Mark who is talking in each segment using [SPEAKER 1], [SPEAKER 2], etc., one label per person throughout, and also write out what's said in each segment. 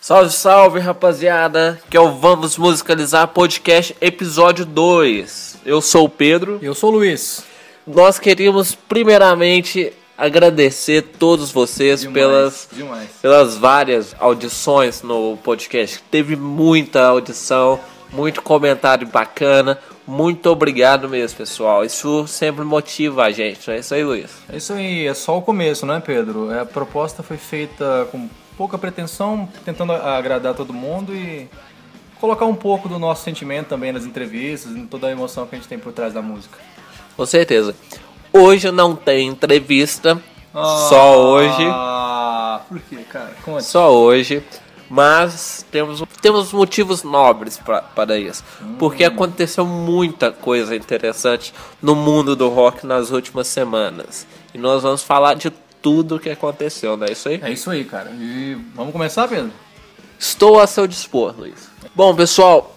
[SPEAKER 1] Salve, salve, rapaziada, que é o Vamos Musicalizar Podcast, episódio 2. Eu sou o Pedro.
[SPEAKER 2] Eu sou o Luiz.
[SPEAKER 1] Nós queríamos primeiramente agradecer todos vocês
[SPEAKER 2] Demais,
[SPEAKER 1] pelas
[SPEAKER 2] demais.
[SPEAKER 1] pelas várias audições no podcast. Teve muita audição, muito comentário bacana. Muito obrigado mesmo, pessoal. Isso sempre motiva a gente, não é isso aí, Luiz?
[SPEAKER 2] É isso aí, é só o começo, né, Pedro? É, A proposta foi feita com pouca pretensão, tentando a- agradar todo mundo e colocar um pouco do nosso sentimento também nas entrevistas, em toda a emoção que a gente tem por trás da música.
[SPEAKER 1] Com certeza. Hoje não tem entrevista, só hoje.
[SPEAKER 2] Ah, por quê, cara? Conte.
[SPEAKER 1] só hoje, mas temos, temos motivos nobres pra- para isso. Porque aconteceu muita coisa interessante no mundo do rock nas últimas semanas. E nós vamos falar de tudo que aconteceu, não é isso aí?
[SPEAKER 2] É isso aí, cara. E vamos começar, Pedro?
[SPEAKER 1] Estou a seu dispor, Luiz. Bom, pessoal,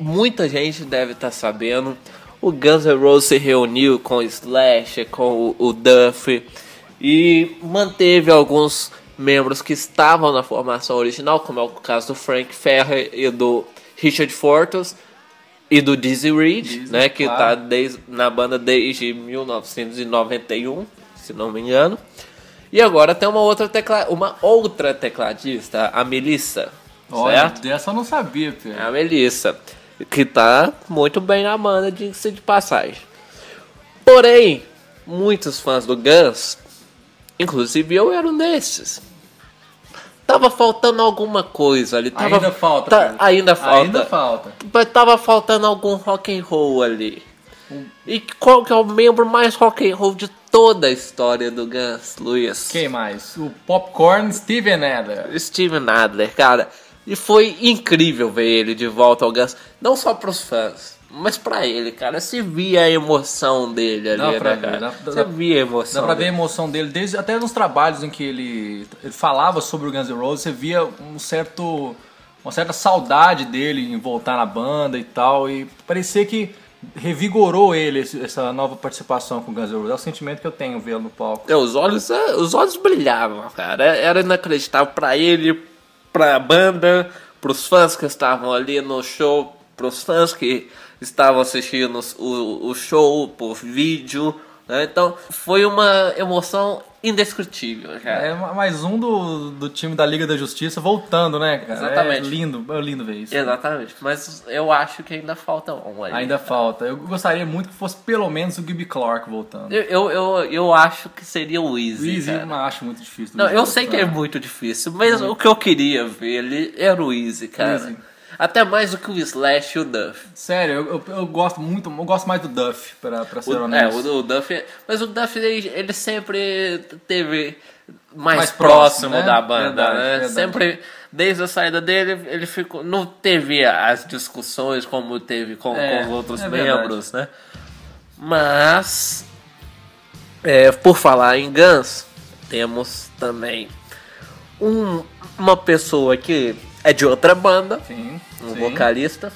[SPEAKER 1] muita gente deve estar sabendo. O Guns N' Roses se reuniu com o Slash, com o, o Duff e manteve alguns membros que estavam na formação original, como é o caso do Frank Ferrer e do Richard Fortus e do Dizzy Reed,
[SPEAKER 2] Dizzy,
[SPEAKER 1] né, que
[SPEAKER 2] claro.
[SPEAKER 1] está na banda desde 1991, se não me engano. E agora tem uma outra, tecla, uma outra tecladista, a Melissa.
[SPEAKER 2] Olha,
[SPEAKER 1] certo? É
[SPEAKER 2] dessa eu não sabia, Pedro.
[SPEAKER 1] A Melissa. Que tá muito bem na banda, diga-se de passagem. Porém, muitos fãs do Guns, inclusive eu era um desses. Tava faltando alguma coisa ali. Tava,
[SPEAKER 2] Ainda falta,
[SPEAKER 1] tá-
[SPEAKER 2] Pedro.
[SPEAKER 1] ainda falta.
[SPEAKER 2] Ainda falta.
[SPEAKER 1] Mas tava faltando algum rock and roll ali. E qual que é o membro mais rock and roll de toda a história do Guns, Luiz?
[SPEAKER 2] Quem mais? O Popcorn Steven Adler.
[SPEAKER 1] Steven Adler, cara. E foi incrível ver ele de volta ao Guns, não só pros fãs, mas pra ele, cara. Você via a emoção dele ali,
[SPEAKER 2] Dá
[SPEAKER 1] né,
[SPEAKER 2] pra ver,
[SPEAKER 1] cara?
[SPEAKER 2] dá- dá-
[SPEAKER 1] Você via a
[SPEAKER 2] Dá
[SPEAKER 1] emoção.
[SPEAKER 2] pra ver a
[SPEAKER 1] dele.
[SPEAKER 2] emoção dele, desde, até nos trabalhos em que ele, ele falava sobre o Guns N' Roses, você via um certo, uma certa saudade dele em voltar na banda e tal, e parecia que revigorou ele esse- essa nova participação com o Guns N' Roses. É o sentimento que eu tenho vê-lo no palco.
[SPEAKER 1] É, os olhos, é, os olhos brilhavam, cara. É- Era inacreditável pra ele, pra banda, pros fãs que estavam ali no show, pros fãs que estavam assistindo os- o, o show por vídeo, né? Então, foi uma emoção indescritível, cara.
[SPEAKER 2] É ma- mais um do, do time da Liga da Justiça voltando, né, cara?
[SPEAKER 1] Exatamente.
[SPEAKER 2] É lindo, é lindo ver isso.
[SPEAKER 1] Exatamente, mas eu acho que ainda falta um aí.
[SPEAKER 2] Ainda falta. Eu gostaria muito que fosse pelo menos o Gibby Clark voltando.
[SPEAKER 1] Eu, eu, eu, eu acho que seria o Easy.
[SPEAKER 2] Easy,
[SPEAKER 1] cara.
[SPEAKER 2] eu não acho muito difícil. do
[SPEAKER 1] Não,
[SPEAKER 2] Gibby
[SPEAKER 1] eu sei que é
[SPEAKER 2] voltar.
[SPEAKER 1] muito difícil, mas o que eu queria ver ali era o Easy, cara.
[SPEAKER 2] Easy.
[SPEAKER 1] Até mais do que o Slash e o Duff.
[SPEAKER 2] Sério, eu, eu, eu gosto muito, eu gosto mais do Duff, pra, pra ser
[SPEAKER 1] O, é,
[SPEAKER 2] honesto.
[SPEAKER 1] o, o Duff. Mas o Duff ele, ele sempre teve mais,
[SPEAKER 2] Mais
[SPEAKER 1] próximo
[SPEAKER 2] próximo, né?
[SPEAKER 1] da banda,
[SPEAKER 2] Verdade,
[SPEAKER 1] né?
[SPEAKER 2] verdade.
[SPEAKER 1] Sempre, desde a saída dele, ele ficou. Não teve as discussões como teve com,
[SPEAKER 2] É,
[SPEAKER 1] com os outros
[SPEAKER 2] é verdade.
[SPEAKER 1] membros, né? Mas. é, por falar em Guns, temos também um- uma pessoa que é de outra banda
[SPEAKER 2] Sim,
[SPEAKER 1] um
[SPEAKER 2] sim.
[SPEAKER 1] vocalista,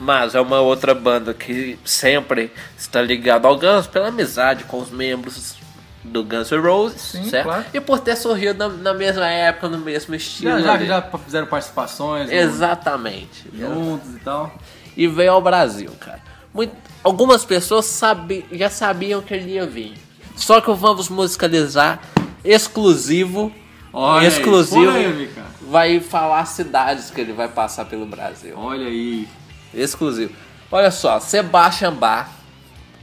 [SPEAKER 1] mas é uma outra banda que sempre está ligada ao Guns pela amizade com os membros do Guns N' Roses,
[SPEAKER 2] Sim,
[SPEAKER 1] certo?
[SPEAKER 2] claro.
[SPEAKER 1] E por ter sorrido na, na mesma época, no mesmo estilo.
[SPEAKER 2] Já, já,
[SPEAKER 1] ali.
[SPEAKER 2] já fizeram participações
[SPEAKER 1] Exatamente.
[SPEAKER 2] juntos e tal.
[SPEAKER 1] E veio ao Brasil, cara. Muito- algumas pessoas sabe, já sabiam que ele ia vir. Só que vamos musicalizar exclusivo.
[SPEAKER 2] Olha aí,
[SPEAKER 1] exclusivo.
[SPEAKER 2] polêmica.
[SPEAKER 1] vai falar as cidades que ele vai passar pelo Brasil.
[SPEAKER 2] Olha aí.
[SPEAKER 1] Exclusivo. Olha só, Sebastian Bach,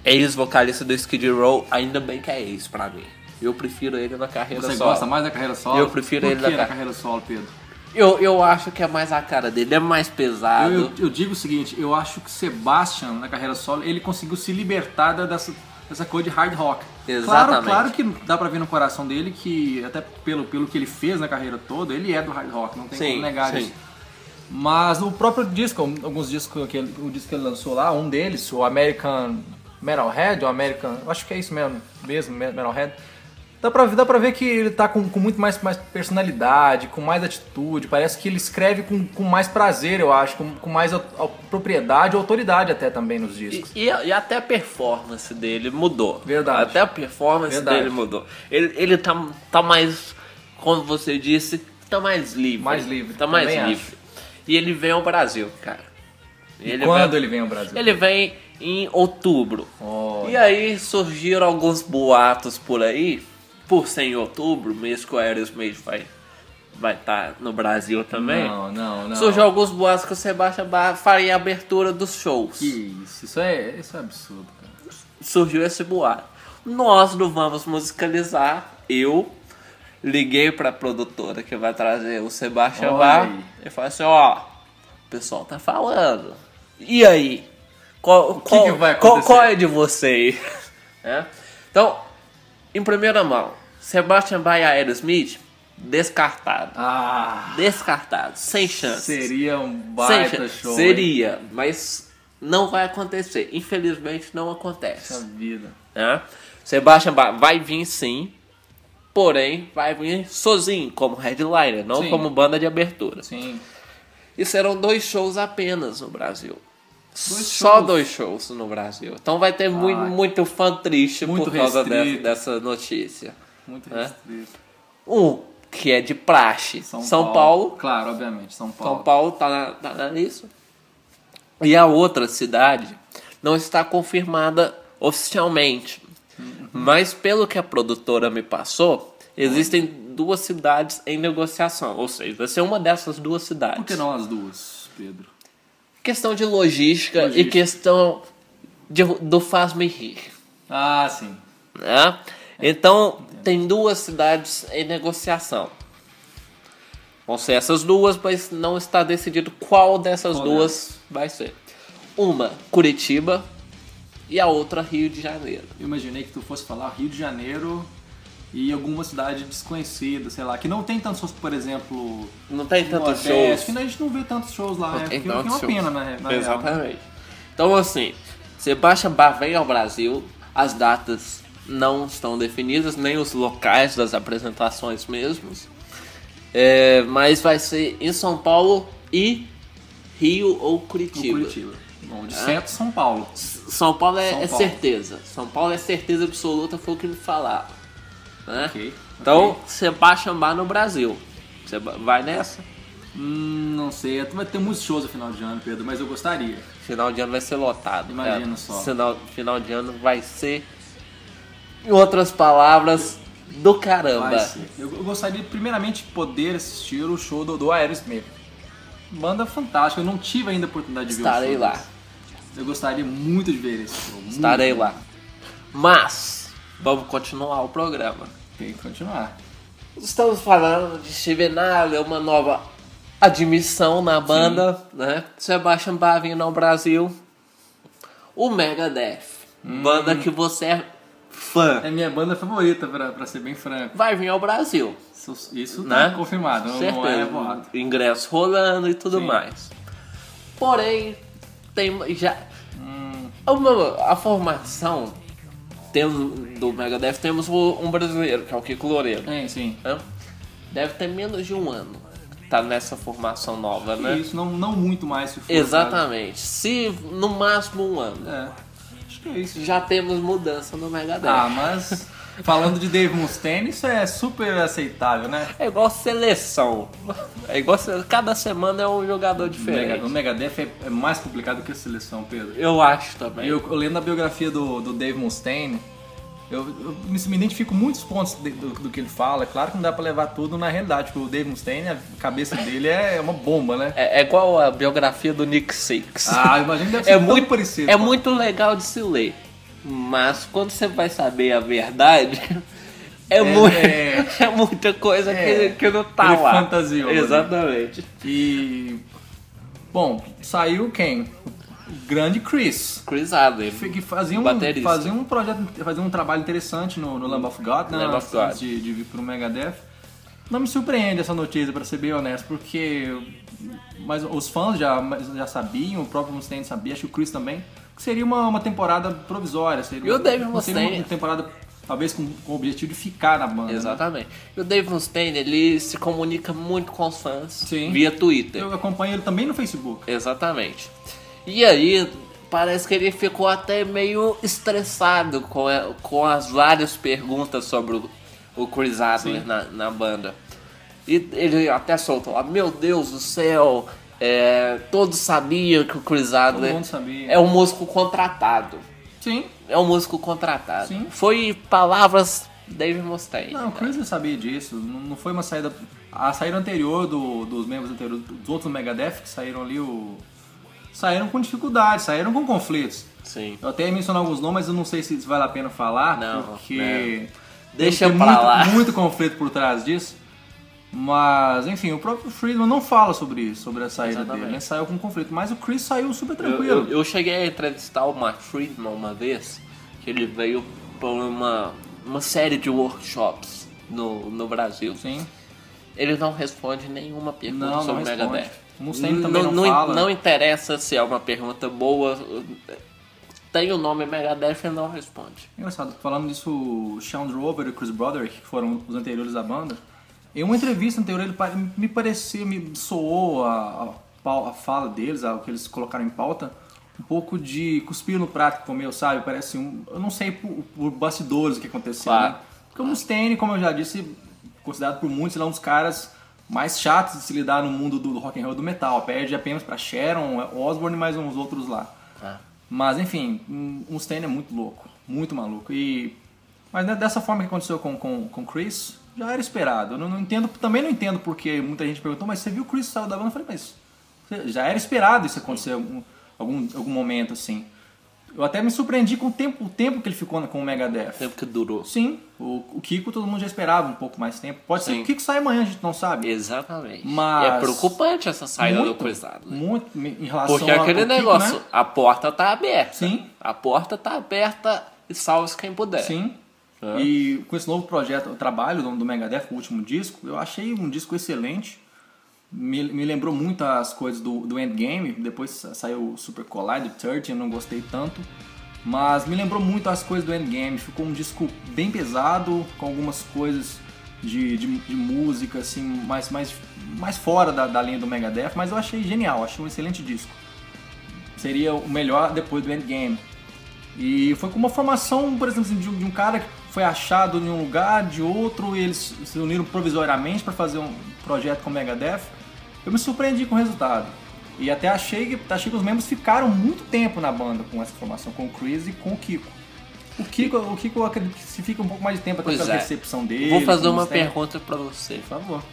[SPEAKER 1] é ex-vocalista do Skid Row, ainda bem que é ex pra mim. Eu prefiro ele na carreira
[SPEAKER 2] Você
[SPEAKER 1] solo.
[SPEAKER 2] gosta mais da carreira solo?
[SPEAKER 1] Eu prefiro
[SPEAKER 2] Por
[SPEAKER 1] ele
[SPEAKER 2] que
[SPEAKER 1] da
[SPEAKER 2] na
[SPEAKER 1] ca-
[SPEAKER 2] carreira solo, Pedro.
[SPEAKER 1] Eu, eu acho que é mais a cara dele, é mais
[SPEAKER 2] Eu,
[SPEAKER 1] pesado.
[SPEAKER 2] eu- eu digo o seguinte, eu acho que Sebastian, na carreira solo, ele conseguiu se libertar da- dessa, dessa coisa de hard rock.
[SPEAKER 1] Exatamente.
[SPEAKER 2] Claro, claro que dá pra ver no coração dele que, até pelo, pelo que ele fez na carreira toda, ele é do hard rock, não tem
[SPEAKER 1] Sim,
[SPEAKER 2] como negar
[SPEAKER 1] sim.
[SPEAKER 2] isso. Mas o próprio disco, alguns discos que ele, o disco que ele lançou lá, um deles, o American Metalhead, o American, eu acho que é isso mesmo, mesmo Me- Metalhead. Dá pra, dá pra ver que ele tá com, com muito mais, mais personalidade, com mais atitude, parece que ele escreve com, com mais prazer, eu acho, com, com mais au- au- propriedade, autoridade até também nos discos.
[SPEAKER 1] E, e- e até a performance dele mudou.
[SPEAKER 2] Verdade.
[SPEAKER 1] Até a performance
[SPEAKER 2] Verdade.
[SPEAKER 1] dele mudou. Ele, ele tá, tá mais, como você disse, Tá mais livre.
[SPEAKER 2] Mais livre,
[SPEAKER 1] Tá mais
[SPEAKER 2] também
[SPEAKER 1] livre. E ele vem ao Brasil, cara.
[SPEAKER 2] E quando ele vem ao Brasil?
[SPEAKER 1] Ele vem em outubro.
[SPEAKER 2] Olha.
[SPEAKER 1] E aí surgiram alguns boatos por aí, por ser em outubro, mês que o Aerosmith vai vai estar no Brasil também.
[SPEAKER 2] Não, não, não.
[SPEAKER 1] Surgiu alguns boatos que o Sebastião Bach faria a abertura dos shows.
[SPEAKER 2] Que isso, isso é, isso é absurdo, cara.
[SPEAKER 1] Surgiu esse boato. Nós não vamos musicalizar. Eu liguei pra produtora que vai trazer o Sebastião
[SPEAKER 2] Olha
[SPEAKER 1] Bach
[SPEAKER 2] aí.
[SPEAKER 1] e falei assim: ó, o pessoal tá falando. E aí? Qual,
[SPEAKER 2] que
[SPEAKER 1] qual,
[SPEAKER 2] que vai
[SPEAKER 1] qual,
[SPEAKER 2] acontecer?
[SPEAKER 1] qual é de vocês? É? Então, em primeira mão, Sebastian Bach e Aerosmith, descartado.
[SPEAKER 2] Ah,
[SPEAKER 1] Descartado, sem chance.
[SPEAKER 2] seria um
[SPEAKER 1] Sem
[SPEAKER 2] baita
[SPEAKER 1] chance.
[SPEAKER 2] show. hein?
[SPEAKER 1] Seria, mas não vai acontecer. Infelizmente não
[SPEAKER 2] Essa
[SPEAKER 1] acontece.
[SPEAKER 2] vida.
[SPEAKER 1] né? Sebastian Bach vai vir sim, porém vai vir sozinho, como headliner, não
[SPEAKER 2] Sim.
[SPEAKER 1] como banda de abertura.
[SPEAKER 2] Sim.
[SPEAKER 1] E serão dois shows apenas no Brasil.
[SPEAKER 2] Dois
[SPEAKER 1] Só
[SPEAKER 2] shows?
[SPEAKER 1] dois shows no Brasil. Então vai ter muito, muito fã triste
[SPEAKER 2] Muito
[SPEAKER 1] por causa dessa,
[SPEAKER 2] restrito.
[SPEAKER 1] dessa notícia.
[SPEAKER 2] Muito
[SPEAKER 1] É?
[SPEAKER 2] restrito.
[SPEAKER 1] Um, que é de praxe. São, Paulo
[SPEAKER 2] Claro, obviamente, São Paulo.
[SPEAKER 1] São Paulo tá na, tá na lista. E a outra cidade não está confirmada oficialmente.
[SPEAKER 2] Uhum.
[SPEAKER 1] Mas pelo que a produtora me passou, existem duas cidades em negociação. Ou seja, vai ser uma dessas duas cidades.
[SPEAKER 2] Por que não as duas, Pedro?
[SPEAKER 1] Questão de logística, e
[SPEAKER 2] Logística.
[SPEAKER 1] questão de- do faz-me rir.
[SPEAKER 2] Ah, sim.
[SPEAKER 1] né? Então, tem duas cidades em negociação. Vão ser essas duas, mas não está decidido qual dessas
[SPEAKER 2] Qual
[SPEAKER 1] duas vai ser. Uma, Curitiba, e a outra, Rio de Janeiro.
[SPEAKER 2] Eu imaginei que tu fosse falar Rio de Janeiro e alguma cidade desconhecida, sei lá, que não tem tantos shows, por exemplo,
[SPEAKER 1] Não tem tantos
[SPEAKER 2] Nordeste,
[SPEAKER 1] shows.
[SPEAKER 2] que a gente não vê tantos shows lá, né?
[SPEAKER 1] Tem
[SPEAKER 2] Porque é uma
[SPEAKER 1] tantos shows.
[SPEAKER 2] pena, na, na real. né?
[SPEAKER 1] Então, Exatamente. Então, assim, Sebastian Bach vem ao Brasil, as datas não estão definidas, nem os locais das apresentações mesmos. É, mas vai ser em São Paulo e Rio ou
[SPEAKER 2] No
[SPEAKER 1] Curitiba.
[SPEAKER 2] Curitiba. Bom, de
[SPEAKER 1] É.
[SPEAKER 2] certo, São Paulo.
[SPEAKER 1] São Paulo é,
[SPEAKER 2] São
[SPEAKER 1] é
[SPEAKER 2] Paulo.
[SPEAKER 1] certeza. São Paulo é certeza absoluta, foi o que me falaram. né?
[SPEAKER 2] Ok,
[SPEAKER 1] Então,
[SPEAKER 2] ok.
[SPEAKER 1] Sebastian Bach no Brasil. Você vai nessa?
[SPEAKER 2] Hum, não sei, vai ter muitos shows no final de ano, Pedro, mas eu gostaria.
[SPEAKER 1] Final de ano vai ser lotado.
[SPEAKER 2] Imagina
[SPEAKER 1] cara.
[SPEAKER 2] só.
[SPEAKER 1] Final, final de ano vai ser, em outras palavras, do caramba.
[SPEAKER 2] Vai ser. Eu, eu gostaria, primeiramente, de poder assistir o show do, do Aerosmith. Banda fantástica, eu não tive ainda a oportunidade de ver o
[SPEAKER 1] Estarei
[SPEAKER 2] show
[SPEAKER 1] lá.
[SPEAKER 2] deles. Eu gostaria muito de ver esse show. muito.
[SPEAKER 1] Estarei lá. Mas, vamos continuar o programa.
[SPEAKER 2] Tem que continuar.
[SPEAKER 1] Estamos falando de Chivenale, uma nova admissão na banda, né? Sebastian Bach vindo ao Brasil. O Megadeth,
[SPEAKER 2] Hum.
[SPEAKER 1] banda que você é fã,
[SPEAKER 2] É minha banda favorita, pra, pra ser bem franco.
[SPEAKER 1] vai vir ao Brasil.
[SPEAKER 2] Isso, isso
[SPEAKER 1] Né?
[SPEAKER 2] tá confirmado, não- não é
[SPEAKER 1] Certeza.
[SPEAKER 2] boato.
[SPEAKER 1] ingresso rolando e tudo
[SPEAKER 2] Sim.
[SPEAKER 1] mais. Porém, tem já
[SPEAKER 2] Hum,
[SPEAKER 1] Uma- a formação temos, do Megadeth temos o- um brasileiro, que é o Kiko Loureiro.
[SPEAKER 2] É, sim.
[SPEAKER 1] né? Deve ter menos de um ano. Tá nessa formação nova, né?
[SPEAKER 2] E isso não, não muito mais se for.
[SPEAKER 1] Exatamente. Se no máximo um ano.
[SPEAKER 2] sabe? É. Acho que é isso.
[SPEAKER 1] Já temos mudança no Megadeth.
[SPEAKER 2] Ah, mas falando de Dave Mustaine, isso é super aceitável, né?
[SPEAKER 1] É igual seleção. É igual se- cada semana é um jogador
[SPEAKER 2] O Mega-
[SPEAKER 1] diferente.
[SPEAKER 2] O Megadeth é, é mais complicado que a seleção, Pedro.
[SPEAKER 1] Eu acho também.
[SPEAKER 2] Eu, eu lendo a biografia do, do Dave Mustaine, eu, eu me, me identifico com muitos pontos de- do, do que ele fala. É Claro que não dá pra levar tudo na realidade, porque o Dave Mustaine, a cabeça dele é uma bomba, né?
[SPEAKER 1] É, é igual a biografia do Nick Six.
[SPEAKER 2] Ah, imagina deve ser
[SPEAKER 1] é
[SPEAKER 2] tão
[SPEAKER 1] muito
[SPEAKER 2] parecido.
[SPEAKER 1] É
[SPEAKER 2] cara.
[SPEAKER 1] muito legal de se ler. Mas quando você vai saber a verdade, é, mu-
[SPEAKER 2] é.
[SPEAKER 1] é muita coisa
[SPEAKER 2] É.
[SPEAKER 1] que, que não tá
[SPEAKER 2] Ele
[SPEAKER 1] lá.
[SPEAKER 2] fantasiou, né?
[SPEAKER 1] Exatamente.
[SPEAKER 2] E. Bom, saiu quem? O grande Chris.
[SPEAKER 1] Chris Adler.
[SPEAKER 2] que fazia um,
[SPEAKER 1] Baterista.
[SPEAKER 2] fazia um projeto, fazia um trabalho interessante no, no Lamb of God, né?
[SPEAKER 1] Lamb of God.
[SPEAKER 2] Antes de, de vir pro Megadeth. Não me surpreende essa notícia, pra ser bem honesto, porque mas os fãs já, mas já sabiam, o próprio Mustaine sabia, acho que o Chris também, que seria uma, uma temporada provisória. Seria
[SPEAKER 1] E o
[SPEAKER 2] uma-
[SPEAKER 1] Dave
[SPEAKER 2] seria
[SPEAKER 1] Mustaine?
[SPEAKER 2] Uma temporada, talvez, com, com o objetivo de ficar na banda. né?
[SPEAKER 1] Exatamente. E o Dave Mustaine, ele se comunica muito com os fãs
[SPEAKER 2] Sim.
[SPEAKER 1] via Twitter.
[SPEAKER 2] Eu acompanho ele também no Facebook.
[SPEAKER 1] Exatamente. E aí, parece que ele ficou até meio estressado com, a- com as várias perguntas sobre o, o Chris Adler na, na banda. E ele até soltou lá, meu Deus do céu, é, todos sabiam que o Chris Adler
[SPEAKER 2] mundo sabia.
[SPEAKER 1] é um músico contratado.
[SPEAKER 2] Sim.
[SPEAKER 1] É um músico contratado.
[SPEAKER 2] Sim.
[SPEAKER 1] Foi palavras David Mustaine.
[SPEAKER 2] Não, o Chris não sabia disso. Não não foi uma saída. A saída anterior do- dos membros anteriores, dos outros do Megadeth que saíram ali, o. Saíram com dificuldade, saíram com conflitos.
[SPEAKER 1] Sim.
[SPEAKER 2] Eu até ia mencionar alguns nomes, mas eu não sei se vale a pena falar,
[SPEAKER 1] Não,
[SPEAKER 2] porque.
[SPEAKER 1] Deixa
[SPEAKER 2] tem
[SPEAKER 1] pra
[SPEAKER 2] muito,
[SPEAKER 1] lá.
[SPEAKER 2] muito conflito por trás disso. Mas, enfim, o próprio Friedman não fala sobre isso, sobre a saída
[SPEAKER 1] Exatamente.
[SPEAKER 2] dele. Ele saiu com conflito, mas o Chris saiu super
[SPEAKER 1] Eu,
[SPEAKER 2] tranquilo.
[SPEAKER 1] eu, eu cheguei a entrevistar o Mark Friedman uma vez, que ele veio para uma, uma série de workshops no, no Brasil.
[SPEAKER 2] Sim.
[SPEAKER 1] Ele não responde nenhuma pergunta
[SPEAKER 2] Não, não
[SPEAKER 1] sobre o
[SPEAKER 2] responde.
[SPEAKER 1] Megadeth.
[SPEAKER 2] O Mustaine também não
[SPEAKER 1] in-
[SPEAKER 2] fala.
[SPEAKER 1] não interessa se é uma pergunta boa. Tem o nome Megadeth e não responde.
[SPEAKER 2] Engraçado, falando disso, o Sean Drover e o Chris Broderick, que foram os anteriores da banda, em uma entrevista anterior ele pa- me parecia, me soou a, a pau- a fala deles, a- o que eles colocaram em pauta, um pouco de cuspir no prato que comeu, sabe? Parece um. Eu não sei por, por bastidores o que aconteceu.
[SPEAKER 1] Claro.
[SPEAKER 2] né? Porque o Mustaine, como eu já disse, considerado por muitos, ele é um dos caras mais chatos de se lidar no mundo do rock and roll e do metal. Perde apenas pra Sharon, Osborne e mais uns outros lá. Mas enfim, o Mustaine é muito louco, muito maluco. E mas né, dessa forma que aconteceu com com com o Chris, já era esperado. Eu não, não entendo, também não entendo porque muita gente perguntou, mas você viu o Chris saiu da banda? Eu falei, mas você- já era esperado isso acontecer em algum algum, algum momento assim. Eu até me surpreendi com o tempo, o tempo que ele ficou na- com o
[SPEAKER 1] O
[SPEAKER 2] Megadeth.
[SPEAKER 1] tempo que durou.
[SPEAKER 2] Sim, o, o Kiko todo mundo já esperava um pouco mais tempo. Pode ser
[SPEAKER 1] Sim.
[SPEAKER 2] que o Kiko saia amanhã, a gente não sabe.
[SPEAKER 1] Exatamente.
[SPEAKER 2] Mas-
[SPEAKER 1] E é preocupante essa saída do Chris Adler.
[SPEAKER 2] muito em relação
[SPEAKER 1] né? Porque
[SPEAKER 2] ao-
[SPEAKER 1] aquele
[SPEAKER 2] ao Kiko,
[SPEAKER 1] negócio,
[SPEAKER 2] né?
[SPEAKER 1] a porta tá aberta.
[SPEAKER 2] Sim.
[SPEAKER 1] A porta tá aberta e salve quem puder.
[SPEAKER 2] Sim.
[SPEAKER 1] É.
[SPEAKER 2] E com esse novo projeto, o trabalho do, do Megadeth, o último disco, eu achei um disco excelente. Me, me lembrou muito as coisas do, do Endgame. Depois sa- saiu o Super Collide, o 13, eu não gostei tanto. Mas me lembrou muito as coisas do Endgame. Ficou um disco bem pesado, com algumas coisas de, de, de música, assim, mais, mais, mais fora da, da linha do Megadeth. Mas eu achei genial, achei um excelente disco. Seria o melhor depois do Endgame. E foi com uma formação, por exemplo, assim, de um, de um cara que foi achado em um lugar, de outro, e eles se uniram provisoriamente para fazer um projeto com o Megadeth. Eu me surpreendi com o resultado. E até achei que, achei que os membros ficaram muito tempo na banda com essa formação, com o Chris e com o Kiko. O Kiko, o Kiko eu acredito que se fica um pouco mais de tempo até
[SPEAKER 1] Pois
[SPEAKER 2] pela
[SPEAKER 1] é.
[SPEAKER 2] recepção dele.
[SPEAKER 1] Vou fazer
[SPEAKER 2] com
[SPEAKER 1] uma
[SPEAKER 2] os tempos.
[SPEAKER 1] pergunta pra você.
[SPEAKER 2] Por favor.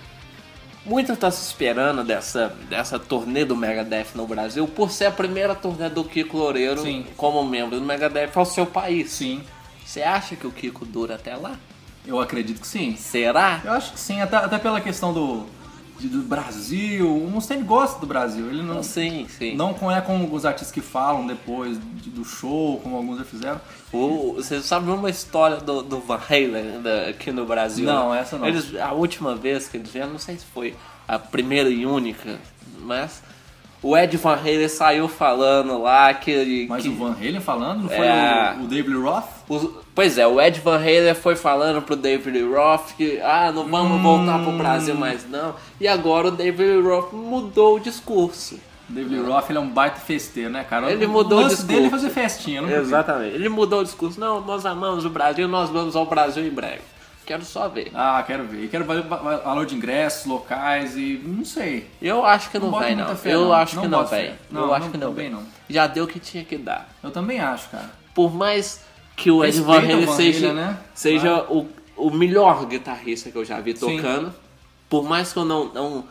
[SPEAKER 1] Muito tá se esperando dessa, dessa turnê do Megadeth no Brasil por ser a primeira turnê do Kiko Loureiro
[SPEAKER 2] Sim.
[SPEAKER 1] como membro do Megadeth ao seu país.
[SPEAKER 2] Sim,
[SPEAKER 1] Você acha que o Kiko dura até lá?
[SPEAKER 2] eu acredito que sim.
[SPEAKER 1] Será?
[SPEAKER 2] Eu acho que sim, até, até pela questão do, de- do Brasil. um O Mustaine gosta do Brasil, ele não,
[SPEAKER 1] Sim, sim.
[SPEAKER 2] Não com- é como os artistas que falam depois de- do show, como alguns já fizeram.
[SPEAKER 1] O- você sabe uma história do, do Van Halen da- aqui no Brasil? né?
[SPEAKER 2] Não, essa não.
[SPEAKER 1] Eles, a última vez que eles vieram, não sei se foi a primeira e única, mas o Ed Van Halen saiu falando lá que.
[SPEAKER 2] Mas
[SPEAKER 1] que-
[SPEAKER 2] o Van Halen falando, não foi
[SPEAKER 1] É.
[SPEAKER 2] o, o David Lee Roth?
[SPEAKER 1] Os- pois é, o Ed Van Halen foi falando pro David Lee Roth que ah, não vamos voltar pro
[SPEAKER 2] Hum.
[SPEAKER 1] Brasil mais não. E agora o David Lee Roth mudou o discurso.
[SPEAKER 2] O David Lee Roth ele é um baita festeiro, né, cara?
[SPEAKER 1] Ele mudou
[SPEAKER 2] o
[SPEAKER 1] o
[SPEAKER 2] lance
[SPEAKER 1] discurso.
[SPEAKER 2] dele é fazer festinha, não
[SPEAKER 1] Exatamente. Ele mudou o discurso. Não, nós amamos o Brasil, nós vamos ao Brasil em breve. Quero só ver.
[SPEAKER 2] Ah, quero ver. E Quero ver o va- va- valor de ingressos, locais e. não sei.
[SPEAKER 1] Eu acho que não,
[SPEAKER 2] Não bota
[SPEAKER 1] vai,
[SPEAKER 2] muita
[SPEAKER 1] não.
[SPEAKER 2] fé,
[SPEAKER 1] eu
[SPEAKER 2] não.
[SPEAKER 1] acho
[SPEAKER 2] Não
[SPEAKER 1] que não
[SPEAKER 2] bota fé.
[SPEAKER 1] vai.
[SPEAKER 2] Não,
[SPEAKER 1] eu acho
[SPEAKER 2] não-
[SPEAKER 1] que não
[SPEAKER 2] também
[SPEAKER 1] vai.
[SPEAKER 2] não.
[SPEAKER 1] Já deu o que tinha que dar.
[SPEAKER 2] Eu também acho, cara.
[SPEAKER 1] Por mais que o Ed
[SPEAKER 2] Respeita
[SPEAKER 1] Van
[SPEAKER 2] o
[SPEAKER 1] Halen
[SPEAKER 2] Van
[SPEAKER 1] seja,
[SPEAKER 2] Halen, né?
[SPEAKER 1] seja o, o melhor guitarrista que eu já vi tocando, por mais que eu não, não,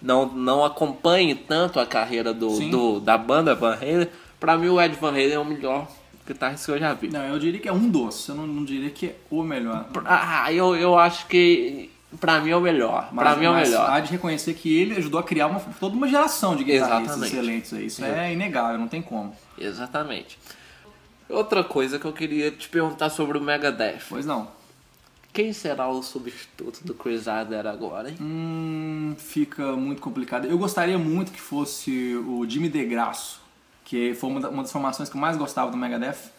[SPEAKER 1] não, não acompanhe tanto a carreira do,
[SPEAKER 2] Sim.
[SPEAKER 1] do- da banda Van Halen, pra mim o Ed Van Halen é o melhor guitarrista que eu já vi.
[SPEAKER 2] Não, eu diria que é um doce, eu não, não diria que é o melhor.
[SPEAKER 1] Ah, eu, eu acho que pra mim é o melhor. pra mim é o
[SPEAKER 2] mas
[SPEAKER 1] melhor.
[SPEAKER 2] Há de reconhecer que ele ajudou a criar uma- toda uma geração de guitarristas
[SPEAKER 1] Exatamente.
[SPEAKER 2] excelentes aí. Isso é inegável, não tem como.
[SPEAKER 1] Exatamente. Outra coisa que eu queria te perguntar sobre o Megadeth.
[SPEAKER 2] Pois não.
[SPEAKER 1] Quem será o substituto do Chris Adler agora, hein?
[SPEAKER 2] Hum, fica muito complicado. Eu gostaria muito que fosse o Jimmy DeGrasso, que foi uma da- uma das formações que eu mais gostava do Megadeth.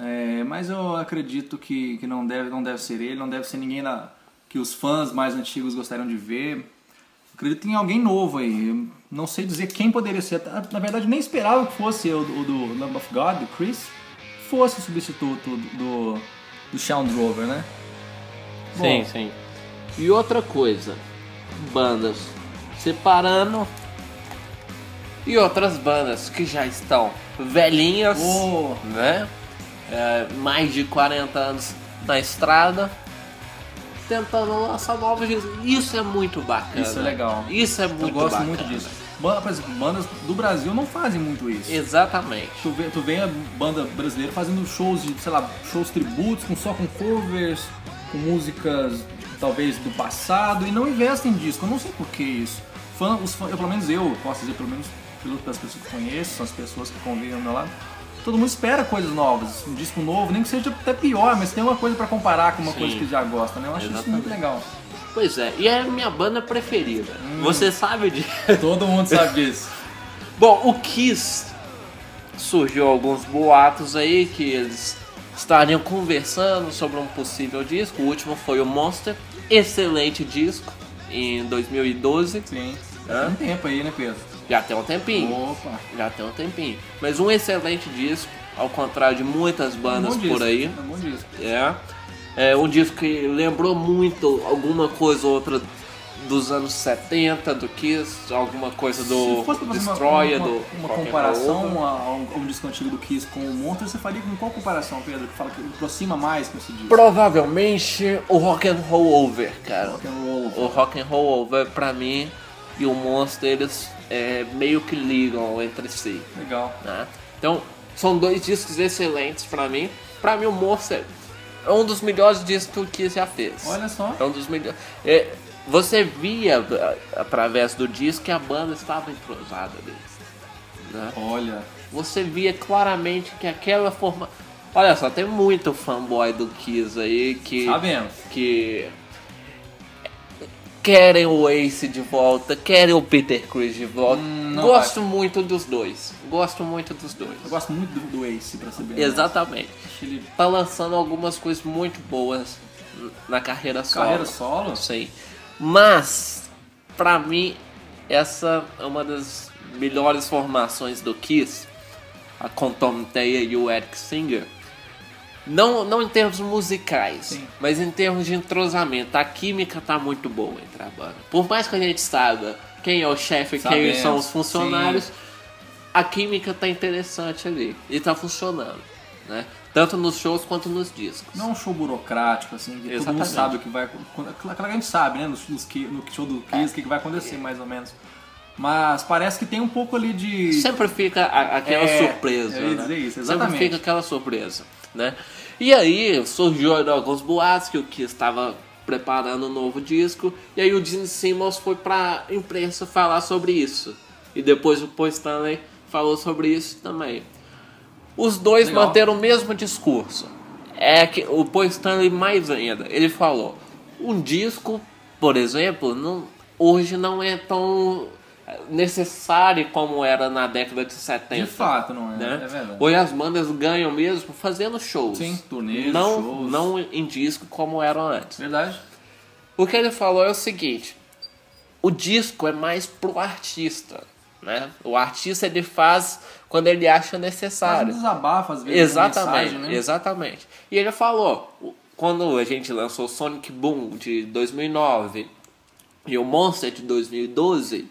[SPEAKER 2] É, mas eu acredito que, que não, deve, não deve ser ele, não deve ser ninguém da- que os fãs mais antigos gostariam de ver. Acredito em alguém novo aí. Eu Não sei dizer quem poderia ser. Até- Na verdade, eu nem esperava que fosse o, do- o do Lamb of God, do Chris, fosse o substituto do, do, do Sean Drover, né? Bom,
[SPEAKER 1] sim. E outra coisa, bandas separando e outras bandas que já estão velhinhas,
[SPEAKER 2] Oh.
[SPEAKER 1] né? É, mais de 40 anos na estrada, tentando lançar novos discos. Isso é muito bacana.
[SPEAKER 2] Isso é legal.
[SPEAKER 1] Isso é muito
[SPEAKER 2] Eu gosto
[SPEAKER 1] bacana.
[SPEAKER 2] muito disso. Ba- Por exemplo, bandas do Brasil não fazem muito isso.
[SPEAKER 1] Exatamente.
[SPEAKER 2] Tu vê, tu vê a banda brasileira fazendo shows de, sei lá, shows tributos, com, só com covers, com músicas talvez do passado, e não investem em disco. Eu não sei por que isso. Fã, os fã, eu, pelo menos eu, posso dizer, pelo menos pelo- pelas pessoas que conheço, as pessoas que convivem ao meu lado. Todo mundo espera coisas novas, um disco novo, nem que seja até pior, mas tem uma coisa pra comparar com uma
[SPEAKER 1] Sim.
[SPEAKER 2] coisa que já gosta, né? Eu acho isso muito
[SPEAKER 1] Exatamente.
[SPEAKER 2] legal.
[SPEAKER 1] Pois é, e é a minha banda preferida.
[SPEAKER 2] Hum.
[SPEAKER 1] Você sabe disso.
[SPEAKER 2] Todo mundo sabe disso.
[SPEAKER 1] Bom, o Kiss surgiu alguns boatos aí que eles estariam conversando sobre um possível disco. O último foi o Monster, excelente disco em 2012.
[SPEAKER 2] Sim.
[SPEAKER 1] Hã?
[SPEAKER 2] Tem um tempo aí, né, Pedro?
[SPEAKER 1] Já tem um tempinho.
[SPEAKER 2] Opa.
[SPEAKER 1] Já tem um tempinho. Mas um excelente disco, ao contrário de muitas bandas
[SPEAKER 2] Bom
[SPEAKER 1] por
[SPEAKER 2] disco,
[SPEAKER 1] aí.
[SPEAKER 2] é bom disco.
[SPEAKER 1] É. É um disco que lembrou muito alguma coisa ou outra dos anos 70 do Kiss, alguma coisa do
[SPEAKER 2] Se fosse pra fazer uma-
[SPEAKER 1] Destroyer,
[SPEAKER 2] uma,
[SPEAKER 1] do.
[SPEAKER 2] uma,
[SPEAKER 1] qualquer outra.
[SPEAKER 2] comparação a, a um, a um disco antigo do Kiss com o Monster, você faria com qual comparação, Pedro? Que fala que aproxima mais com esse disco?
[SPEAKER 1] Provavelmente o Rock and Roll Over, cara.
[SPEAKER 2] Rock and Roll.
[SPEAKER 1] O Rock and Roll Over, pra mim, e o Monster, eles é, meio que ligam entre si.
[SPEAKER 2] Legal.
[SPEAKER 1] né? Então, são dois discos excelentes pra mim. Pra mim, o Monster é um dos melhores discos que o Kiss já fez.
[SPEAKER 2] Olha só.
[SPEAKER 1] É um dos melhores. É, você via a- através do disco que a banda estava entrosada ali. né?
[SPEAKER 2] Olha.
[SPEAKER 1] Você via claramente que aquela forma. Olha só, tem muito fanboy do Kiss aí que.
[SPEAKER 2] Sabemos.
[SPEAKER 1] Que. Querem o Ace de volta, querem o Peter Chris de volta.
[SPEAKER 2] Hum, não
[SPEAKER 1] Gosto muito dos dois. Gosto muito dos dois.
[SPEAKER 2] Eu gosto muito do, do Ace, pra saber.
[SPEAKER 1] Exatamente.
[SPEAKER 2] Acho ele
[SPEAKER 1] Tá lançando algumas coisas muito boas na carreira solo.
[SPEAKER 2] carreira solo.
[SPEAKER 1] Não sei. Mas, pra mim, essa é uma das melhores formações do Kiss. A com Tom Teia e o Eric Singer. Não, não em termos musicais,
[SPEAKER 2] Sim.
[SPEAKER 1] mas em termos de entrosamento. A química tá muito boa entre a banda. Por mais que a gente saiba quem é o chefe, quem
[SPEAKER 2] Sabemos,
[SPEAKER 1] são os funcionários,
[SPEAKER 2] sim.
[SPEAKER 1] a química tá interessante ali. E tá funcionando, né? Tanto nos shows quanto nos discos.
[SPEAKER 2] Não é um show burocrático, assim, que todo mundo
[SPEAKER 1] Exatamente.
[SPEAKER 2] sabe o que vai. quando- Claro que a gente sabe, né, nos, nos que- no show do Kiss, o que que vai acontecer, mais ou menos. Mas parece que tem um pouco ali de.
[SPEAKER 1] Sempre fica a- aquela
[SPEAKER 2] É,
[SPEAKER 1] surpresa.
[SPEAKER 2] eu ia
[SPEAKER 1] né?
[SPEAKER 2] dizer isso,
[SPEAKER 1] Sempre
[SPEAKER 2] exatamente.
[SPEAKER 1] fica aquela surpresa, né? E aí surgiu ainda alguns boatos que o Kiss estava preparando um novo disco. E aí o Gene Simmons foi pra imprensa falar sobre isso. E depois o Paul Stanley falou sobre isso também. Os dois
[SPEAKER 2] Legal.
[SPEAKER 1] manteram o mesmo discurso. É que o Paul Stanley mais ainda, ele falou: um disco, por exemplo, não- hoje não é tão necessário como era na década de 70.
[SPEAKER 2] De fato, não é?
[SPEAKER 1] né?
[SPEAKER 2] É verdade.
[SPEAKER 1] Hoje as bandas ganham mesmo fazendo shows.
[SPEAKER 2] Sim, turnês,
[SPEAKER 1] não,
[SPEAKER 2] shows.
[SPEAKER 1] Não em disco como eram antes.
[SPEAKER 2] Verdade.
[SPEAKER 1] O que ele falou é o seguinte: o disco é mais pro artista, né? O artista ele faz quando ele acha
[SPEAKER 2] Faz
[SPEAKER 1] necessário.
[SPEAKER 2] um desabafo, às vezes. uma
[SPEAKER 1] Exatamente,
[SPEAKER 2] mensagem, né?
[SPEAKER 1] exatamente. E ele falou, o- quando a gente lançou Sonic Boom de 2009 e o Monster de 2012,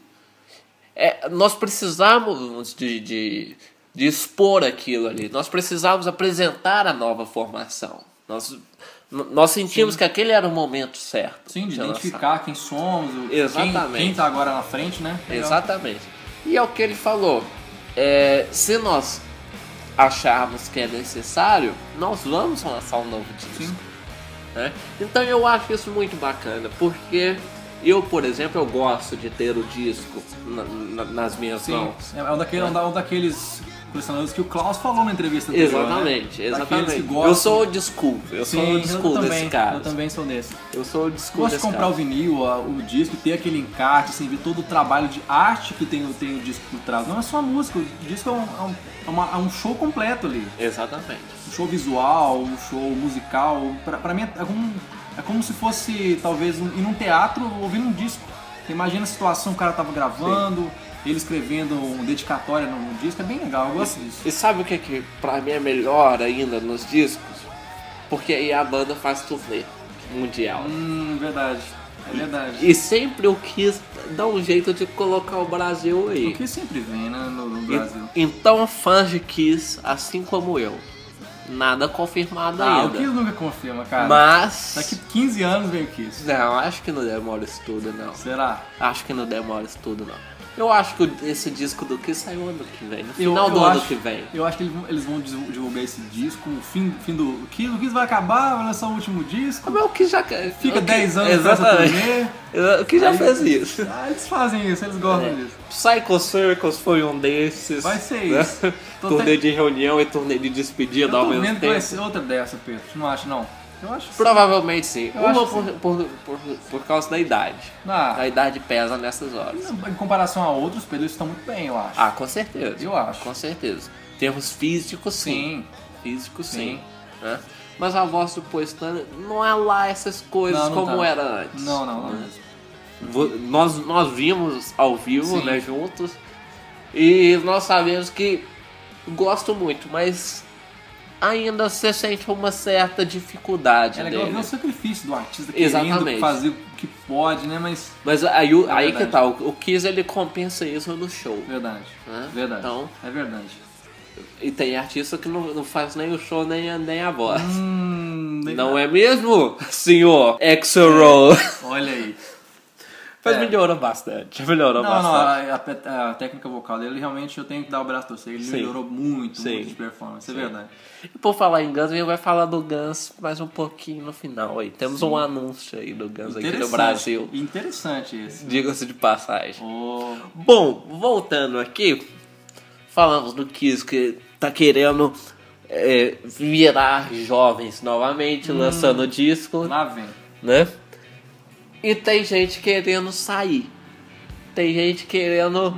[SPEAKER 1] é, nós precisávamos de, de, de expor aquilo ali, nós precisávamos apresentar a nova formação. Nós, n- nós sentimos que aquele era o momento certo.
[SPEAKER 2] Sim, de
[SPEAKER 1] lançar.
[SPEAKER 2] identificar quem somos, o- quem-
[SPEAKER 1] Exatamente.
[SPEAKER 2] Quem, tá agora na frente, né? Legal.
[SPEAKER 1] Exatamente. E é o que ele falou. É, se nós acharmos que é necessário, nós vamos lançar um novo disco.
[SPEAKER 2] Sim.
[SPEAKER 1] né? Então eu acho isso muito bacana, porque eu, por exemplo, eu gosto de ter o disco na- na- nas minhas
[SPEAKER 2] Sim.
[SPEAKER 1] mãos.
[SPEAKER 2] É um, daquele, é um da- um daqueles colecionadores que o Klaus falou na entrevista dele.
[SPEAKER 1] Exatamente,
[SPEAKER 2] né? Daqueles
[SPEAKER 1] exatamente.
[SPEAKER 2] que gostam.
[SPEAKER 1] Eu sou o school, eu
[SPEAKER 2] Sim,
[SPEAKER 1] sou o old
[SPEAKER 2] eu
[SPEAKER 1] school
[SPEAKER 2] também,
[SPEAKER 1] desse cara.
[SPEAKER 2] Eu também sou desse.
[SPEAKER 1] Eu sou old school
[SPEAKER 2] Gosto de
[SPEAKER 1] desse
[SPEAKER 2] comprar
[SPEAKER 1] cara.
[SPEAKER 2] o vinil, a- o disco, ter aquele encarte, assim, ver todo o trabalho de arte que tem, tem o disco por trás. Não é só música, o disco é um, é um- é uma- é um show completo ali.
[SPEAKER 1] Exatamente.
[SPEAKER 2] um show visual, um show musical. Pra, pra mim é como, é como se fosse, talvez, um, ir num teatro ouvindo um disco. Você Imagina a situação, o cara tava gravando, ele escrevendo um dedicatória num disco, é bem legal, eu gosto disso.
[SPEAKER 1] E sabe o que, que pra mim é melhor ainda nos discos? Porque aí a banda faz turnê mundial.
[SPEAKER 2] Hum, verdade. É verdade.
[SPEAKER 1] E sempre eu quis dar um jeito de colocar o Brasil aí.
[SPEAKER 2] O que sempre vem, né, no, no
[SPEAKER 1] E-
[SPEAKER 2] Brasil.
[SPEAKER 1] Então, fãs de Kiss, assim como eu, nada confirmado
[SPEAKER 2] Ah, o
[SPEAKER 1] ainda.
[SPEAKER 2] Kiss nunca confirma, cara.
[SPEAKER 1] Mas.
[SPEAKER 2] Daqui 15 anos vem o Kiss.
[SPEAKER 1] Não, acho que não demora isso tudo, não.
[SPEAKER 2] Será?
[SPEAKER 1] Acho que não demora isso tudo, não. Eu acho que esse disco do Kiss saiu ano que vem, no
[SPEAKER 2] Eu-
[SPEAKER 1] final
[SPEAKER 2] eu
[SPEAKER 1] do ano
[SPEAKER 2] acho-
[SPEAKER 1] que vem.
[SPEAKER 2] Eu acho que eles vão, eles vão divu- divulgar esse disco, o fim, fim do o Kiss. O Kiss vai acabar, vai lançar o último disco.
[SPEAKER 1] Ah, Mas o que já.
[SPEAKER 2] Fica
[SPEAKER 1] o que-
[SPEAKER 2] 10 anos nessa
[SPEAKER 1] Exatamente. O que já
[SPEAKER 2] Aí-
[SPEAKER 1] fez isso?
[SPEAKER 2] Ah, eles fazem isso, eles gostam
[SPEAKER 1] É.
[SPEAKER 2] disso.
[SPEAKER 1] Psycho Circus foi um desses.
[SPEAKER 2] Vai ser
[SPEAKER 1] né?
[SPEAKER 2] isso. Tô
[SPEAKER 1] turnê
[SPEAKER 2] te-
[SPEAKER 1] de reunião e turnê de
[SPEAKER 2] Eu
[SPEAKER 1] despedida ao
[SPEAKER 2] tô
[SPEAKER 1] mesmo
[SPEAKER 2] vendo que
[SPEAKER 1] tempo.
[SPEAKER 2] vai ser um- outra dessa, Pedro. Tu não acha, não? Eu acho que
[SPEAKER 1] Provavelmente sim.
[SPEAKER 2] Eu
[SPEAKER 1] Uma
[SPEAKER 2] acho
[SPEAKER 1] por, por, por, por causa da idade.
[SPEAKER 2] Ah.
[SPEAKER 1] A idade pesa nessas horas.
[SPEAKER 2] sim. Em comparação a outros, Pedro, eles estão muito bem, eu acho.
[SPEAKER 1] Ah, com certeza.
[SPEAKER 2] Eu acho.
[SPEAKER 1] Com certeza. Em termos físicos, sim.
[SPEAKER 2] Sim.
[SPEAKER 1] Físicos, sim.
[SPEAKER 2] Sim.
[SPEAKER 1] né? Mas a voz do Paul Stanley não é lá essas coisas
[SPEAKER 2] Não, não
[SPEAKER 1] como
[SPEAKER 2] tá.
[SPEAKER 1] era antes.
[SPEAKER 2] Não, não, não.
[SPEAKER 1] Vo- Nós, nós vimos ao vivo,
[SPEAKER 2] Sim.
[SPEAKER 1] né, juntos. E nós sabemos que gosto muito, mas ainda você sente uma certa dificuldade
[SPEAKER 2] É legal
[SPEAKER 1] dele.
[SPEAKER 2] ver o sacrifício do artista
[SPEAKER 1] Exatamente.
[SPEAKER 2] querendo fazer o que pode, né? Mas.
[SPEAKER 1] Mas aí, o-
[SPEAKER 2] É
[SPEAKER 1] aí que
[SPEAKER 2] verdade.
[SPEAKER 1] tá, o, o Kiss ele compensa isso no show.
[SPEAKER 2] Verdade.
[SPEAKER 1] Hã?
[SPEAKER 2] Verdade.
[SPEAKER 1] Então-
[SPEAKER 2] É verdade.
[SPEAKER 1] E tem artista que não, não faz nem o show nem a, nem a voz.
[SPEAKER 2] Hum,
[SPEAKER 1] Não é mesmo, senhor Exoro?
[SPEAKER 2] Olha aí.
[SPEAKER 1] Mas
[SPEAKER 2] É.
[SPEAKER 1] melhorou bastante, melhorou
[SPEAKER 2] Não, não,
[SPEAKER 1] bastante.
[SPEAKER 2] a, a- a técnica vocal dele realmente eu tenho que dar o braço a torcer. Ele
[SPEAKER 1] Sim.
[SPEAKER 2] melhorou muito,
[SPEAKER 1] Sim.
[SPEAKER 2] muito de performance, é verdade.
[SPEAKER 1] E por falar em Guns, a gente vai falar do Guns mais um pouquinho no final aí. Temos um anúncio aí do Guns aqui no
[SPEAKER 2] Interessante,
[SPEAKER 1] Brasil.
[SPEAKER 2] Interessante esse.
[SPEAKER 1] Diga-se de passagem.
[SPEAKER 2] Ô,
[SPEAKER 1] Bom, voltando aqui, falamos do Kiss que tá querendo é, virar jovens novamente, lançando disco,
[SPEAKER 2] lá vem.
[SPEAKER 1] né? E tem gente querendo sair. Tem gente querendo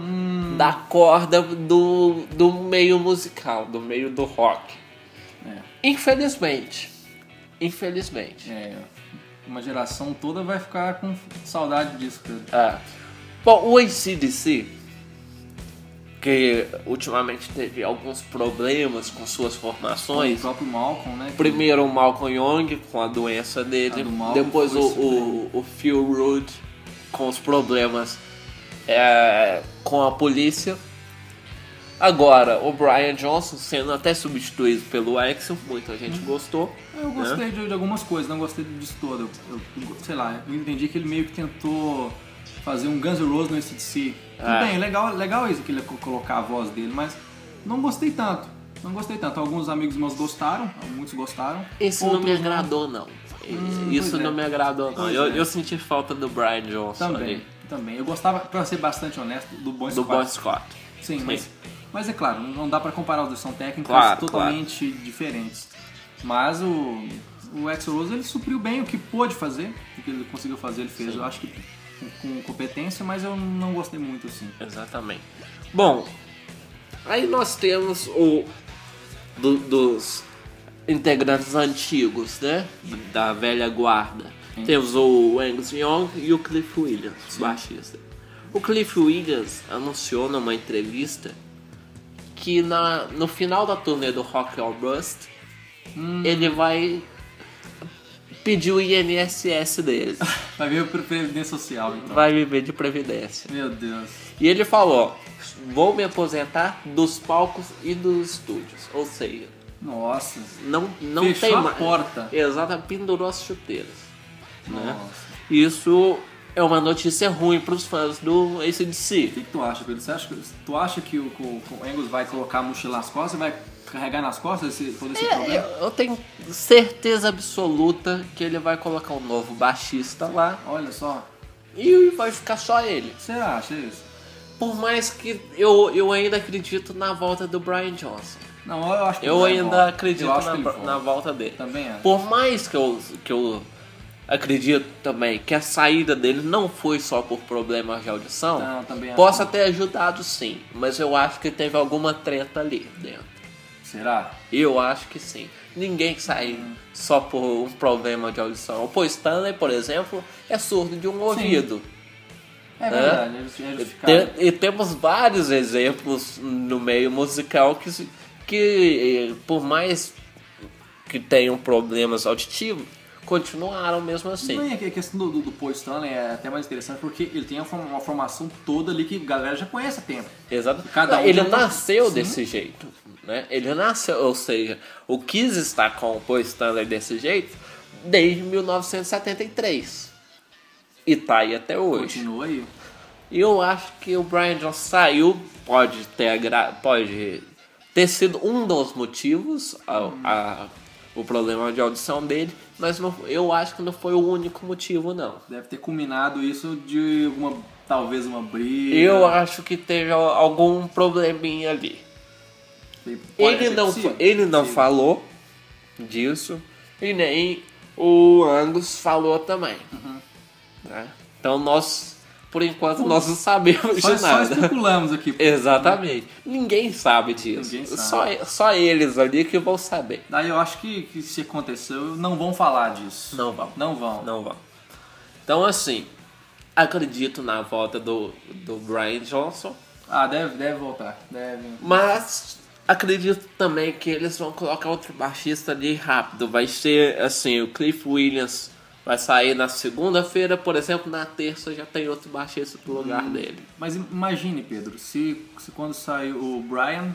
[SPEAKER 1] dar corda do, do meio musical, do meio do rock.
[SPEAKER 2] É,
[SPEAKER 1] Infelizmente. Infelizmente.
[SPEAKER 2] é, uma geração toda vai ficar com saudade disso, Pedro.
[SPEAKER 1] Ah. Bom, o ACDC, que ultimamente teve alguns problemas com suas
[SPEAKER 2] O
[SPEAKER 1] formações.
[SPEAKER 2] próprio Malcolm, né? que-
[SPEAKER 1] é Primeiro o Malcolm Young com a doença
[SPEAKER 2] A
[SPEAKER 1] dele,
[SPEAKER 2] do Malcolm
[SPEAKER 1] depois o,
[SPEAKER 2] foi
[SPEAKER 1] o, o Phil Rudd com os problemas é, com a polícia. Agora, o Brian Johnson sendo até substituído pelo Axel, muita gente
[SPEAKER 2] Uhum.
[SPEAKER 1] gostou.
[SPEAKER 2] Eu gostei de, de algumas coisas, não gostei disso todo. Eu, eu- sei lá, eu entendi que ele meio que tentou fazer um Guns N' Roses no ACDC. Tudo
[SPEAKER 1] É.
[SPEAKER 2] bem, legal, legal isso que ele co- colocar a voz dele, mas não gostei tanto. Não gostei tanto. Alguns amigos meus gostaram, muitos gostaram.
[SPEAKER 1] Esse não me agradou, não. Isso
[SPEAKER 2] pois é.
[SPEAKER 1] não me agradou, não.
[SPEAKER 2] Pois
[SPEAKER 1] Eu,
[SPEAKER 2] é.
[SPEAKER 1] eu senti falta do Brian Johnson
[SPEAKER 2] Também,
[SPEAKER 1] ali,
[SPEAKER 2] também. Eu gostava, pra ser bastante honesto, do Bon
[SPEAKER 1] do
[SPEAKER 2] Scott.
[SPEAKER 1] Bon Scott.
[SPEAKER 2] Sim, mas, mas é claro, não dá pra comparar os dois, são técnicas
[SPEAKER 1] Claro,
[SPEAKER 2] totalmente diferentes. Mas o, o Axel Rose ele supriu bem o que pôde fazer, o que ele conseguiu fazer, ele fez, eu acho que com, com competência, mas eu não gostei muito assim.
[SPEAKER 1] Exatamente. Bom, aí nós temos o do- dos integrantes antigos, né? Da velha guarda.
[SPEAKER 2] Sim.
[SPEAKER 1] Temos o Angus Young e o Cliff Williams, baixista. O Cliff Williams anunciou numa entrevista que na, no final da turnê do Rock or Bust, ele vai pedir o INSS dele.
[SPEAKER 2] Vai ver o pre- Previdência Social, então.
[SPEAKER 1] vai viver de previdência.
[SPEAKER 2] Meu Deus.
[SPEAKER 1] E ele falou: vou me aposentar dos palcos e dos estúdios. Ou seja,
[SPEAKER 2] Nossa.
[SPEAKER 1] não, não
[SPEAKER 2] Fechou
[SPEAKER 1] tem
[SPEAKER 2] a
[SPEAKER 1] mais.
[SPEAKER 2] porta.
[SPEAKER 1] Exato, pendurou as chuteiras. né?
[SPEAKER 2] Nossa.
[SPEAKER 1] Isso é uma notícia ruim pros fãs do ACDC.
[SPEAKER 2] O que, que tu acha, Pedro? Você acha que, tu acha que o, que o- que o Angus vai colocar a mochila nas costas e vai carregar nas costas esse, todo esse
[SPEAKER 1] Eu,
[SPEAKER 2] problema?
[SPEAKER 1] eu tenho certeza absoluta que ele vai colocar um novo baixista lá
[SPEAKER 2] Olha só.
[SPEAKER 1] e vai ficar só ele.
[SPEAKER 2] Você acha isso?
[SPEAKER 1] Por mais que eu, eu ainda acredito na volta do Brian Johnson.
[SPEAKER 2] Não, eu acho que
[SPEAKER 1] Eu
[SPEAKER 2] ele vai
[SPEAKER 1] ainda
[SPEAKER 2] embora.
[SPEAKER 1] acredito
[SPEAKER 2] Eu acho que
[SPEAKER 1] na,
[SPEAKER 2] ele volta.
[SPEAKER 1] na volta dele.
[SPEAKER 2] Também acho.
[SPEAKER 1] Por mais que eu, que eu acredito também que a saída dele não foi só por problemas de audição,
[SPEAKER 2] Não, também acho
[SPEAKER 1] possa ter ajudado sim, mas eu acho que teve alguma treta ali dentro.
[SPEAKER 2] Será?
[SPEAKER 1] Eu acho que sim. Ninguém que sai só por um problema de audição. O Paul Stanley, por exemplo, é surdo de um ouvido.
[SPEAKER 2] É verdade, eles eles ficaram.
[SPEAKER 1] Te- e temos vários exemplos no meio musical que, se- que eh, por mais que tenham problemas auditivos, continuaram mesmo assim.
[SPEAKER 2] Bem, a questão do, do, do Paul Stanley é até mais interessante porque ele tem uma forma- uma formação toda ali que a galera já conhece há tempo.
[SPEAKER 1] Exato.
[SPEAKER 2] Cada um
[SPEAKER 1] ele
[SPEAKER 2] tem um-
[SPEAKER 1] nasceu
[SPEAKER 2] Sim.
[SPEAKER 1] desse jeito, né? Ele nasceu, ou seja, o Kiss está com o Paul Stanley desse jeito desde 1973. E tá aí até hoje.
[SPEAKER 2] Continua aí.
[SPEAKER 1] E eu acho que o Brian Johnson saiu, pode ter, agra- pode ter sido um dos motivos, a-
[SPEAKER 2] Hum.
[SPEAKER 1] a- o problema de audição dele, mas não- eu acho que não foi o único motivo, não.
[SPEAKER 2] Deve ter culminado isso de alguma. talvez uma briga.
[SPEAKER 1] Eu acho que teve al- algum probleminha ali.
[SPEAKER 2] Pode
[SPEAKER 1] Ele
[SPEAKER 2] ser
[SPEAKER 1] não,
[SPEAKER 2] possível.
[SPEAKER 1] fa- ele não
[SPEAKER 2] Sim.
[SPEAKER 1] falou disso e nem o Angus falou também.
[SPEAKER 2] Uhum.
[SPEAKER 1] né? Então nós, por enquanto, nós não sabemos
[SPEAKER 2] Hum. Só,
[SPEAKER 1] de
[SPEAKER 2] só
[SPEAKER 1] nada. É.
[SPEAKER 2] especulamos aqui.
[SPEAKER 1] Exatamente. Ninguém sabe disso.
[SPEAKER 2] Ninguém sabe.
[SPEAKER 1] Só, só eles ali que vão saber.
[SPEAKER 2] Daí eu acho que, que se aconteceu, não vão falar disso.
[SPEAKER 1] Não vão.
[SPEAKER 2] Não vão.
[SPEAKER 1] Não vão. Então, assim, acredito na volta do, do Brian Johnson,
[SPEAKER 2] Ah, deve, deve voltar. Deve.
[SPEAKER 1] mas acredito também que eles vão colocar outro baixista ali rápido. Vai ser, assim, o Cliff Williams vai sair na segunda-feira, por exemplo, na terça já tem outro baixista pro lugar dele.
[SPEAKER 2] Mas imagine, Pedro, se, se quando saiu o Brian,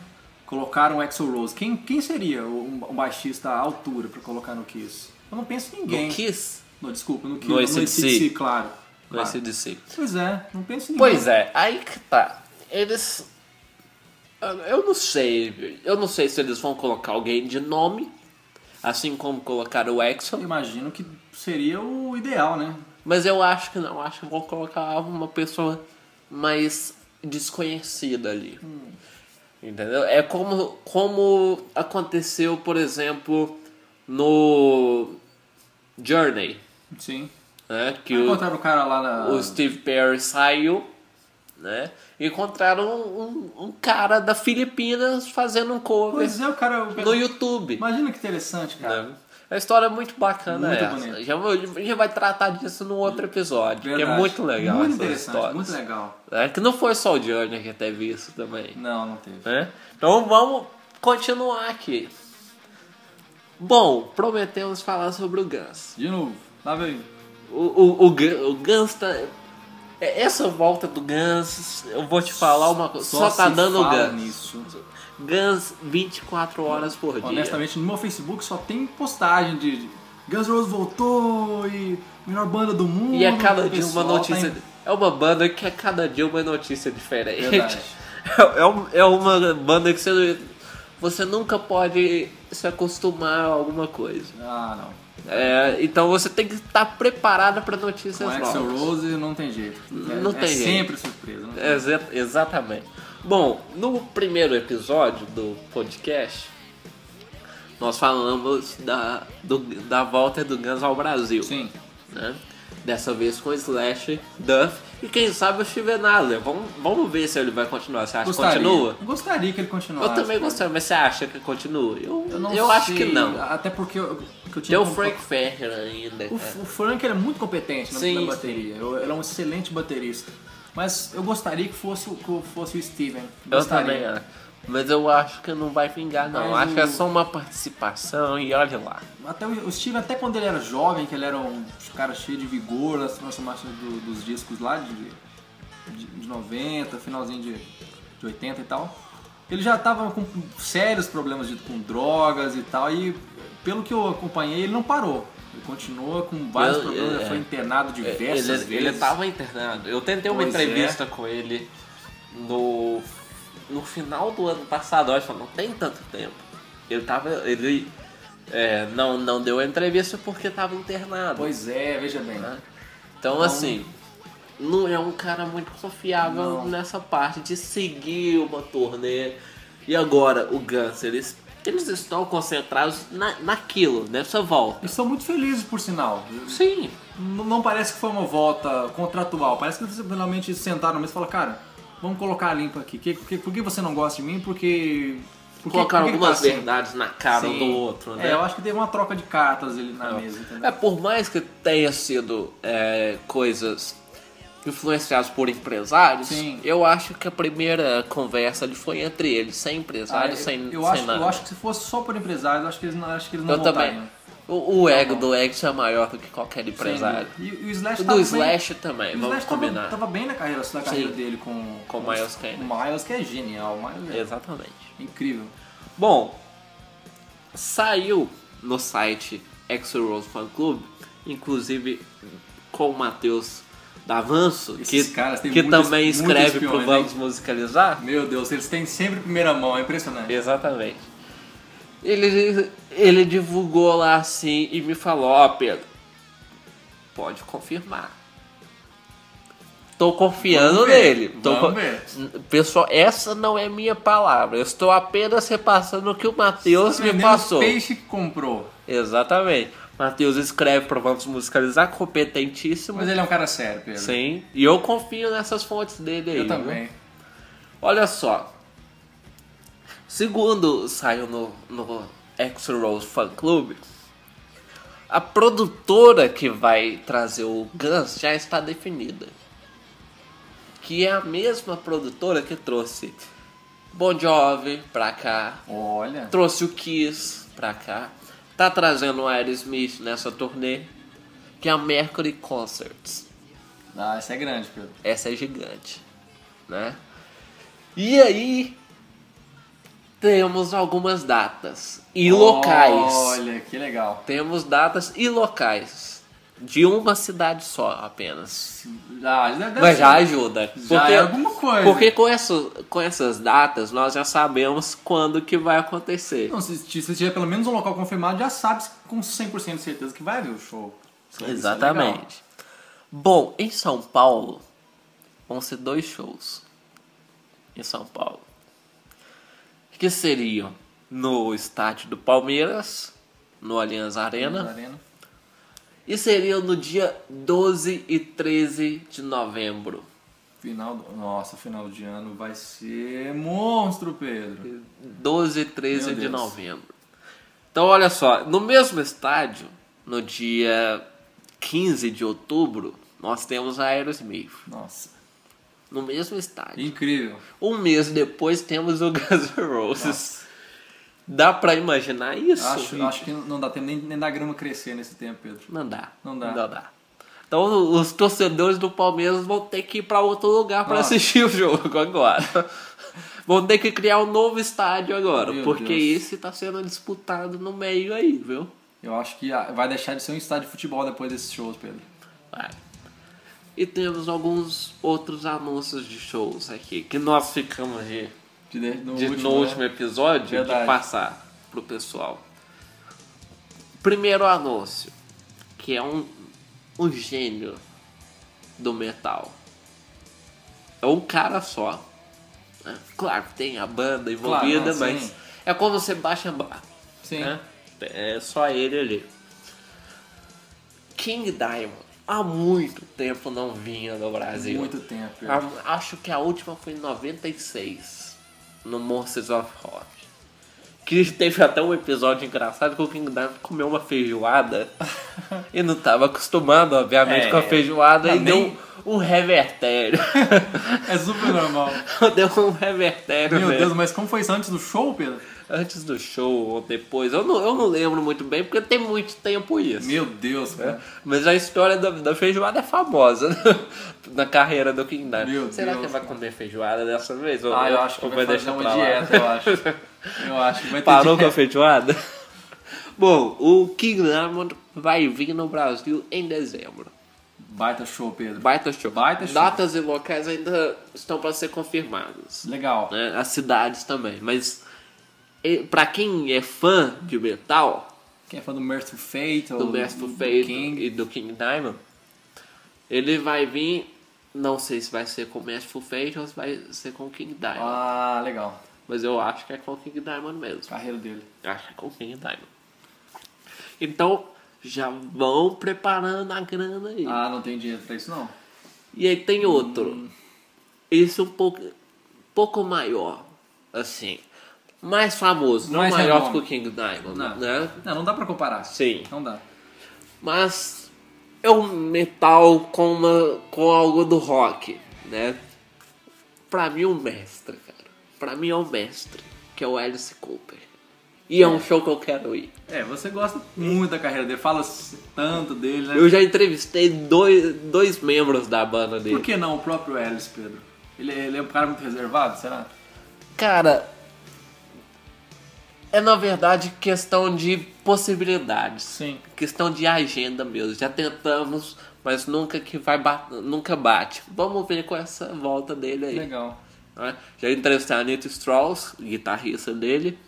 [SPEAKER 2] colocaram o Axel Rose, quem, quem seria o, um baixista à altura pra colocar no Kiss? Eu não penso em ninguém.
[SPEAKER 1] No Kiss?
[SPEAKER 2] No, desculpa, no Kiss.
[SPEAKER 1] No
[SPEAKER 2] No
[SPEAKER 1] AC/DC.
[SPEAKER 2] AC/DC, claro.
[SPEAKER 1] No
[SPEAKER 2] claro.
[SPEAKER 1] AC/DC.
[SPEAKER 2] Pois é, não penso em ninguém.
[SPEAKER 1] Pois é, aí que tá. Eles. Eu não sei. Eu não sei se eles vão colocar alguém de nome, assim como colocaram o
[SPEAKER 2] Eu
[SPEAKER 1] Axel.
[SPEAKER 2] imagino que seria o ideal, né?
[SPEAKER 1] Mas eu acho que não. Acho que vão colocar uma pessoa mais desconhecida ali. Entendeu? É como, como aconteceu, por exemplo, no Journey,
[SPEAKER 2] Sim.
[SPEAKER 1] né? Que o-
[SPEAKER 2] Encontraram o cara lá na.
[SPEAKER 1] o Steve Perry saiu, né? E encontraram um, um- um cara da Filipinas fazendo um cover
[SPEAKER 2] Pois é, o cara.
[SPEAKER 1] no YouTube.
[SPEAKER 2] Imagina que interessante, cara.
[SPEAKER 1] né? A história é muito bacana
[SPEAKER 2] Muito
[SPEAKER 1] essa.
[SPEAKER 2] bonito.
[SPEAKER 1] Já, vou- a gente vai tratar disso num outro episódio, que é
[SPEAKER 2] Verdade.
[SPEAKER 1] muito legal
[SPEAKER 2] Muito
[SPEAKER 1] essas
[SPEAKER 2] interessante,
[SPEAKER 1] histórias.
[SPEAKER 2] muito legal.
[SPEAKER 1] É que não foi só o Johnny que teve isso também,
[SPEAKER 2] Não, não teve.
[SPEAKER 1] né? Então vamos continuar aqui. Bom, prometemos falar sobre o Guns.
[SPEAKER 2] De novo, lá vem.
[SPEAKER 1] O, o, o, Gu- o Guns tá. é- Essa volta do Guns, eu vou te falar uma coisa. Só, tá
[SPEAKER 2] se
[SPEAKER 1] dando
[SPEAKER 2] fala
[SPEAKER 1] Guns.
[SPEAKER 2] nisso.
[SPEAKER 1] Guns 24 horas por dia.
[SPEAKER 2] Honestamente, no meu Facebook só tem postagem de de Guns N' Roses voltou e melhor banda do mundo.
[SPEAKER 1] E a cada
[SPEAKER 2] o
[SPEAKER 1] dia uma
[SPEAKER 2] um pessoal
[SPEAKER 1] notícia.
[SPEAKER 2] Tá
[SPEAKER 1] É uma banda que a cada dia uma notícia diferente.
[SPEAKER 2] Verdade.
[SPEAKER 1] É, é, um- é uma banda que você, você nunca pode se acostumar a alguma coisa.
[SPEAKER 2] em- Ah, não.
[SPEAKER 1] É, então você tem que estar preparada para notícias
[SPEAKER 2] Com Axel
[SPEAKER 1] novas.
[SPEAKER 2] Rose não tem jeito. É-
[SPEAKER 1] Não
[SPEAKER 2] é
[SPEAKER 1] tem jeito.
[SPEAKER 2] sempre surpresa. né? não tem jeito.
[SPEAKER 1] Exa- exatamente. Bom, no primeiro episódio do podcast, nós falamos da, do- da volta do Guns ao Brasil.
[SPEAKER 2] Sim.
[SPEAKER 1] né? Dessa vez com Slash, Duff e quem sabe o Steven Adler. Vamos, vamos ver se ele vai continuar. Você acha
[SPEAKER 2] Gostaria.
[SPEAKER 1] que continua?
[SPEAKER 2] Gostaria que ele continuasse.
[SPEAKER 1] Eu também
[SPEAKER 2] cara.
[SPEAKER 1] gostaria, mas você acha que continua? Eu,
[SPEAKER 2] Eu,
[SPEAKER 1] eu,
[SPEAKER 2] não
[SPEAKER 1] acho
[SPEAKER 2] sei,
[SPEAKER 1] que não.
[SPEAKER 2] Até porque eu, que eu
[SPEAKER 1] Tem
[SPEAKER 2] tinha
[SPEAKER 1] o
[SPEAKER 2] comp-
[SPEAKER 1] Frank Ferrer ainda.
[SPEAKER 2] O,
[SPEAKER 1] cara.
[SPEAKER 2] F- o Frank ele é muito competente na,
[SPEAKER 1] Sim,
[SPEAKER 2] na bateria. Eu- Ele é um excelente baterista. Mas eu gostaria que fosse, o- que eu fosse o Steven.
[SPEAKER 1] Eu
[SPEAKER 2] Gostaria.
[SPEAKER 1] também acho. Mas eu acho que não vai vingar, não.
[SPEAKER 2] Mas
[SPEAKER 1] acho que é
[SPEAKER 2] o-
[SPEAKER 1] só uma participação e olha lá.
[SPEAKER 2] Até o o Steven, até quando ele era jovem, que ele era um cara cheio de vigor assim, nas nas marchas do- dos discos lá de, de, de 90, finalzinho de, de 80 e tal, ele já tava com sérios problemas de, com drogas e tal, e pelo que eu acompanhei, ele não parou. Ele continua com vários
[SPEAKER 1] Eu-
[SPEAKER 2] problemas,
[SPEAKER 1] é.
[SPEAKER 2] já foi internado diversas
[SPEAKER 1] ele,
[SPEAKER 2] vezes.
[SPEAKER 1] ele tava internado. Eu tentei uma
[SPEAKER 2] Pois
[SPEAKER 1] entrevista com ele no, no final do ano passado, eu acho que não tem tanto tempo. Ele tava. Ele é, não, não deu a entrevista porque tava internado.
[SPEAKER 2] Pois é, veja bem.
[SPEAKER 1] né? Então, assim, não é um cara muito confiável
[SPEAKER 2] Não.
[SPEAKER 1] nessa parte de seguir uma turnê. E agora, o Guns, eles, eles estão concentrados na, naquilo, nessa volta.
[SPEAKER 2] Eles são muito felizes, por sinal.
[SPEAKER 1] Sim,
[SPEAKER 2] Não, não parece que foi uma volta contratual. Parece que eles finalmente sentaram mesmo e falaram, cara, vamos colocar a limpa aqui. Que, que- por que você não gosta de mim? Porque. Por que-
[SPEAKER 1] colocaram
[SPEAKER 2] por que que
[SPEAKER 1] algumas
[SPEAKER 2] tá assim?"
[SPEAKER 1] verdades na cara um
[SPEAKER 2] Sim.
[SPEAKER 1] do outro, né?
[SPEAKER 2] É, eu acho que teve uma troca de cartas ali na mesa, entendeu?
[SPEAKER 1] É, por mais que tenha sido é, coisas influenciadas por empresários,
[SPEAKER 2] Sim.
[SPEAKER 1] eu acho que a primeira conversa ali foi entre eles, sem empresário,
[SPEAKER 2] Ah,
[SPEAKER 1] sem,
[SPEAKER 2] eu,
[SPEAKER 1] sem
[SPEAKER 2] acho,
[SPEAKER 1] nada.
[SPEAKER 2] eu acho que se fosse só por empresários, eu acho que eles não, acho que eles não
[SPEAKER 1] Eu também.
[SPEAKER 2] voltariam.
[SPEAKER 1] O O, o ego do Action é maior do que qualquer
[SPEAKER 2] Sim.
[SPEAKER 1] empresário.
[SPEAKER 2] E, e o Slash
[SPEAKER 1] O
[SPEAKER 2] tava
[SPEAKER 1] do
[SPEAKER 2] bem-
[SPEAKER 1] Slash também,
[SPEAKER 2] o
[SPEAKER 1] vamos
[SPEAKER 2] Slash tá tava-
[SPEAKER 1] combinar.
[SPEAKER 2] Tava, bem na carreira, na carreira
[SPEAKER 1] Sim.
[SPEAKER 2] dele com,
[SPEAKER 1] Com o Miles Kennedy.
[SPEAKER 2] O Miles que é genial, o Miles é
[SPEAKER 1] Exatamente.
[SPEAKER 2] incrível.
[SPEAKER 1] Bom, saiu no site Axel Rose Fan Club, inclusive com o Matheus Davanço,
[SPEAKER 2] Esses
[SPEAKER 1] que,
[SPEAKER 2] caras têm
[SPEAKER 1] que
[SPEAKER 2] muitos-
[SPEAKER 1] também
[SPEAKER 2] muitos
[SPEAKER 1] escreve pro
[SPEAKER 2] espiões,
[SPEAKER 1] Vamos Musicalizar.
[SPEAKER 2] Meu Deus, eles têm sempre primeira mão, é impressionante.
[SPEAKER 1] Exatamente. Ele, ele divulgou lá assim e me falou, ó Pedro, pode confirmar. Tô confiando
[SPEAKER 2] Vamos ver,
[SPEAKER 1] nele. Então, Tô
[SPEAKER 2] vamos
[SPEAKER 1] con-
[SPEAKER 2] ver.
[SPEAKER 1] Pessoal, essa não é minha palavra. Eu estou apenas repassando o que o Matheus me
[SPEAKER 2] Vendendo
[SPEAKER 1] passou.
[SPEAKER 2] é peixe que comprou.
[SPEAKER 1] Exatamente. Matheus escreve para Vamos Musicalizar, competentíssimo.
[SPEAKER 2] Mas ele é um cara sério, Pedro.
[SPEAKER 1] Sim. E eu confio nessas fontes dele aí.
[SPEAKER 2] Eu
[SPEAKER 1] viu?
[SPEAKER 2] também.
[SPEAKER 1] Olha só. Segundo saiu no, no Axl Rose Fan Club, a produtora que vai trazer o Guns já está definida. Que é a mesma produtora que trouxe Bon Jovi pra cá,
[SPEAKER 2] Olha.
[SPEAKER 1] trouxe o Kiss pra cá, tá trazendo o Aerosmith nessa turnê, que é a Mercury Concerts.
[SPEAKER 2] Ah, esse é grande, Pedro.
[SPEAKER 1] Essa é gigante, né? E aí temos algumas datas e locais.
[SPEAKER 2] Olha, que legal.
[SPEAKER 1] Temos datas e locais de uma cidade só apenas.
[SPEAKER 2] Ah, deve- deve
[SPEAKER 1] Mas
[SPEAKER 2] ser-
[SPEAKER 1] já ajuda.
[SPEAKER 2] Já é alguma coisa.
[SPEAKER 1] Porque com, essa, com essas datas nós já sabemos quando que vai acontecer.
[SPEAKER 2] Não, se, se tiver pelo menos um local confirmado, já sabe com 100% de certeza que vai haver o show. Isso é- isso é legal.
[SPEAKER 1] Exatamente. Bom, em São Paulo vão ser dois shows. Em São Paulo. Que seriam no estádio do Palmeiras, no Allianz
[SPEAKER 2] Na
[SPEAKER 1] Arena,
[SPEAKER 2] Arena.
[SPEAKER 1] e seriam no dia 12 e 13 de novembro.
[SPEAKER 2] Final do... Nossa, final de ano vai ser monstro, Pedro.
[SPEAKER 1] 12 e 13
[SPEAKER 2] Meu
[SPEAKER 1] de
[SPEAKER 2] Deus.
[SPEAKER 1] novembro. Então, olha só, no mesmo estádio, no dia 15 de outubro, nós temos a Aerosmith.
[SPEAKER 2] Nossa,
[SPEAKER 1] No mesmo estádio.
[SPEAKER 2] incrível.
[SPEAKER 1] Um mês depois temos o Guns N' Roses. Dá pra imaginar isso?
[SPEAKER 2] Acho, acho que não dá tempo nem, nem da grama crescer nesse tempo, Pedro.
[SPEAKER 1] Não dá.
[SPEAKER 2] Não dá.
[SPEAKER 1] Então os torcedores do Palmeiras vão ter que ir pra outro lugar pra
[SPEAKER 2] Nossa.
[SPEAKER 1] assistir o jogo agora. vão ter que criar um novo estádio agora,
[SPEAKER 2] Meu
[SPEAKER 1] porque
[SPEAKER 2] Deus.
[SPEAKER 1] esse tá sendo disputado no meio aí, viu?
[SPEAKER 2] Eu acho que ah, vai deixar de ser um estádio de futebol depois desses shows, Pedro.
[SPEAKER 1] Vai. E temos alguns outros anúncios de shows aqui que nós ficamos de
[SPEAKER 2] De, de- no,
[SPEAKER 1] de-
[SPEAKER 2] último,
[SPEAKER 1] no
[SPEAKER 2] né?
[SPEAKER 1] último episódio de
[SPEAKER 2] Verdade.
[SPEAKER 1] passar pro pessoal. Primeiro anúncio, que é um, um gênio do metal. É um cara só. né? Claro que tem a banda envolvida,
[SPEAKER 2] não,
[SPEAKER 1] mas
[SPEAKER 2] sim.
[SPEAKER 1] é como o Sebastian Bach.
[SPEAKER 2] Sim.
[SPEAKER 1] né? É só ele ali. King Diamond. Há muito tempo não vinha no Brasil.
[SPEAKER 2] Muito tempo, Pedro.
[SPEAKER 1] A- acho que a última foi em 96, no Monsters of Rock. Que teve até um episódio engraçado que o King Diamond comeu uma feijoada e não estava acostumado, obviamente,
[SPEAKER 2] É.
[SPEAKER 1] com a feijoada e
[SPEAKER 2] Não,
[SPEAKER 1] deu
[SPEAKER 2] nem-
[SPEAKER 1] um revertério. Ah.
[SPEAKER 2] É super normal.
[SPEAKER 1] deu um revertério
[SPEAKER 2] Meu
[SPEAKER 1] mesmo.
[SPEAKER 2] Deus, mas como foi isso antes do show, Pedro?
[SPEAKER 1] Antes do show ou depois, eu não, eu não lembro muito bem, porque tem muito tempo isso.
[SPEAKER 2] Meu Deus,
[SPEAKER 1] né?
[SPEAKER 2] cara.
[SPEAKER 1] Mas a história da, da feijoada é famosa né? na carreira do King Diamond.
[SPEAKER 2] Meu
[SPEAKER 1] Será
[SPEAKER 2] Deus,
[SPEAKER 1] que vai
[SPEAKER 2] cara.
[SPEAKER 1] comer feijoada dessa vez? Ou-
[SPEAKER 2] Ah, eu acho que
[SPEAKER 1] ou
[SPEAKER 2] vai fazer uma
[SPEAKER 1] pra lá?
[SPEAKER 2] dieta, eu acho. Eu acho que vai ter
[SPEAKER 1] Parou com a
[SPEAKER 2] dieta.
[SPEAKER 1] feijoada? Bom, o King Diamond vai vir no Brasil em dezembro.
[SPEAKER 2] Baita show, Pedro.
[SPEAKER 1] Baita show.
[SPEAKER 2] Baita show.
[SPEAKER 1] Datas e locais ainda estão para ser confirmados.
[SPEAKER 2] Legal.
[SPEAKER 1] né? As cidades também. Mas e- pra quem é fã de metal,
[SPEAKER 2] Quem é fã do Merciful Fate?
[SPEAKER 1] do
[SPEAKER 2] ou
[SPEAKER 1] Merciful
[SPEAKER 2] do
[SPEAKER 1] Fate
[SPEAKER 2] King.
[SPEAKER 1] e do King Diamond, ele vai vir, não sei se vai ser com o Merciful Fate ou se vai ser com o King Diamond,
[SPEAKER 2] Ah, legal.
[SPEAKER 1] mas eu acho que é com o King Diamond mesmo.
[SPEAKER 2] Carreira dele.
[SPEAKER 1] Eu acho que é com o King Diamond. Então, já vão preparando a grana aí.
[SPEAKER 2] Ah, Hum. não tem dinheiro pra isso, não.
[SPEAKER 1] E aí tem outro. Esse um pouco, pouco maior, assim. Mais famoso, não
[SPEAKER 2] Mais
[SPEAKER 1] maior
[SPEAKER 2] renome.
[SPEAKER 1] que o King Diamond,
[SPEAKER 2] é Não.
[SPEAKER 1] né?
[SPEAKER 2] Não, não dá pra comparar.
[SPEAKER 1] Sim.
[SPEAKER 2] Não dá.
[SPEAKER 1] mas é um metal com, uma, com algo do rock, né? Pra mim é um mestre, cara. Pra mim é um mestre, que é o Alice Cooper. E é um show que eu quero ir.
[SPEAKER 3] É, você gosta muito da carreira dele, fala s- tanto dele, né?
[SPEAKER 1] Eu já entrevistei dois, dois membros da banda dele.
[SPEAKER 3] Por que não o próprio Ellis, Pedro? Ele, ele é um cara muito reservado, será?
[SPEAKER 1] Cara, é na verdade questão de possibilidades.
[SPEAKER 3] Sim.
[SPEAKER 1] Questão de agenda mesmo. Já tentamos, mas nunca que vai ba- nunca bate. Vamos ver com essa volta dele aí.
[SPEAKER 2] Legal.
[SPEAKER 1] né? Já entrevistei a Anitta Strauss, guitarrista dele,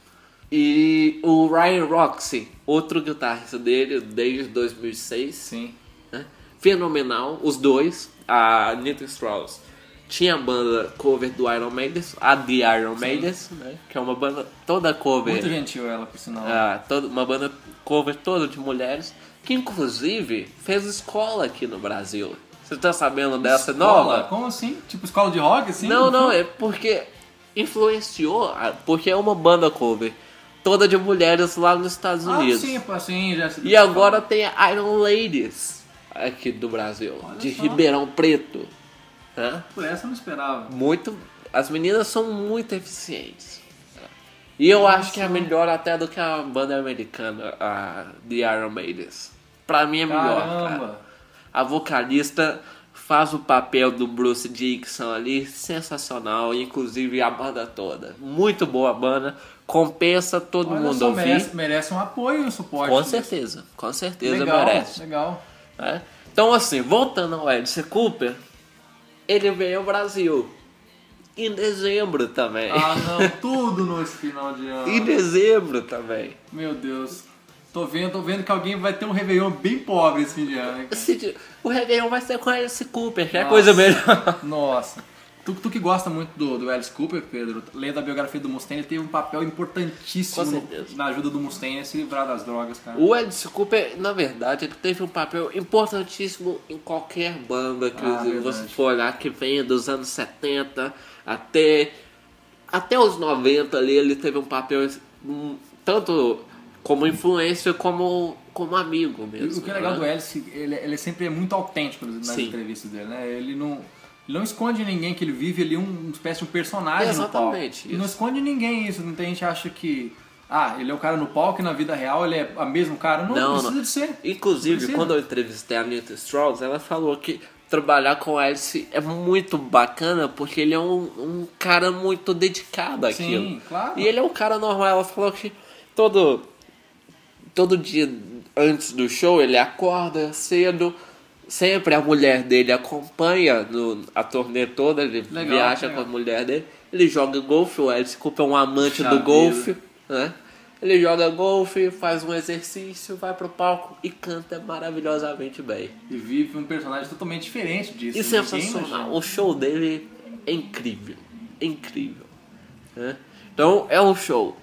[SPEAKER 1] e o Ryan Roxy, outro guitarrista dele desde 2006
[SPEAKER 2] Sim.
[SPEAKER 1] né? Fenomenal, os dois. A Anitta Strauss tinha a banda cover do Iron Maiden, a The Iron Maiden, né? que é uma banda toda cover.
[SPEAKER 2] Muito gentil ela, por sinal.
[SPEAKER 1] ah, toda- uma banda cover toda de mulheres, que inclusive fez escola aqui no Brasil. Você tá sabendo dessa
[SPEAKER 2] Escola?
[SPEAKER 1] nova?
[SPEAKER 2] Como assim? Tipo escola de rock, assim?
[SPEAKER 1] Não, não, é porque influenciou, a- porque é uma banda cover toda de mulheres lá nos Estados
[SPEAKER 2] Ah,
[SPEAKER 1] Unidos.
[SPEAKER 2] sim, pô, sim, já se-
[SPEAKER 1] E agora tem a Iron Ladies aqui do Brasil, de
[SPEAKER 3] só.
[SPEAKER 1] Ribeirão Preto. né?
[SPEAKER 3] Por essa eu não esperava.
[SPEAKER 1] Muito, as meninas são muito eficientes. E eu acho que é melhor até do que a banda americana, a The Iron Maidens. Pra mim é melhor. cara.
[SPEAKER 2] Caramba.
[SPEAKER 1] A vocalista faz o papel do Bruce Dixon ali, sensacional, inclusive a banda toda. Muito boa a banda, compensa todo
[SPEAKER 2] Olha
[SPEAKER 1] mundo
[SPEAKER 2] só,
[SPEAKER 1] ouvir.
[SPEAKER 2] merece, merece um apoio e um suporte.
[SPEAKER 1] Com
[SPEAKER 2] desse.
[SPEAKER 1] certeza, com certeza
[SPEAKER 2] Legal,
[SPEAKER 1] merece.
[SPEAKER 2] legal.
[SPEAKER 1] né? Então, assim, voltando ao Edson Cooper, ele veio ao Brasil em dezembro também.
[SPEAKER 2] Ah, não, tudo no final de ano.
[SPEAKER 1] Em dezembro também.
[SPEAKER 2] Meu Deus. Tô vendo, tô vendo que alguém vai ter um Réveillon bem pobre esse fim de ano, hein, cara?
[SPEAKER 1] Esse- o Réveillon vai ser com o Edson Cooper, que é
[SPEAKER 2] Nossa.
[SPEAKER 1] coisa melhor.
[SPEAKER 2] Nossa. Tu, tu que gosta muito do, do Alice Cooper, Pedro, lendo a biografia do Mustaine, ele teve um papel importantíssimo
[SPEAKER 1] Com
[SPEAKER 2] no-
[SPEAKER 1] certeza.
[SPEAKER 2] na ajuda do Mustaine a se livrar das drogas, cara.
[SPEAKER 1] O Edson Cooper, na verdade, ele teve um papel importantíssimo em qualquer banda que
[SPEAKER 2] Ah,
[SPEAKER 1] você
[SPEAKER 2] verdade.
[SPEAKER 1] for olhar, que venha dos anos 70 até, até os 90 ali, ele teve um papel hum, tanto como influência como, como amigo
[SPEAKER 2] E
[SPEAKER 1] mesmo.
[SPEAKER 2] o que é legal
[SPEAKER 1] né?
[SPEAKER 2] do Alice, ele, ele sempre é muito autêntico nas
[SPEAKER 1] Sim.
[SPEAKER 2] entrevistas dele, né? Ele não, ele não esconde ninguém que ele vive ali um, uma espécie de um personagem
[SPEAKER 1] Exatamente,
[SPEAKER 2] no palco. Ele
[SPEAKER 1] isso.
[SPEAKER 2] Não esconde ninguém isso, não tem gente que acha que... Ah, ele é o cara no palco e na vida real ele é o mesmo cara. Não,
[SPEAKER 1] Não,
[SPEAKER 2] precisa
[SPEAKER 1] não.
[SPEAKER 2] de ser.
[SPEAKER 1] Inclusive,
[SPEAKER 2] Precisa.
[SPEAKER 1] quando eu entrevistei a Anitta Strauss, ela falou que trabalhar com o Alice é muito bacana porque ele é um, um cara muito dedicado àquilo.
[SPEAKER 2] claro.
[SPEAKER 1] E ele é um cara normal. Ela falou que todo, todo dia antes do show ele acorda cedo. Sempre a mulher dele acompanha no, a turnê toda, ele
[SPEAKER 2] Legal,
[SPEAKER 1] viaja
[SPEAKER 2] legal.
[SPEAKER 1] com a mulher dele. Ele joga golfe, o Alice Cooper é um amante
[SPEAKER 3] Chaveiro.
[SPEAKER 1] do golfe, né? Ele joga golfe, faz um exercício, vai pro palco e canta maravilhosamente bem.
[SPEAKER 2] E vive um personagem totalmente diferente disso.
[SPEAKER 1] E
[SPEAKER 2] ninguém
[SPEAKER 1] é sensacional.
[SPEAKER 2] imagina.
[SPEAKER 1] O show dele é incrível. É incrível. né? Então é um show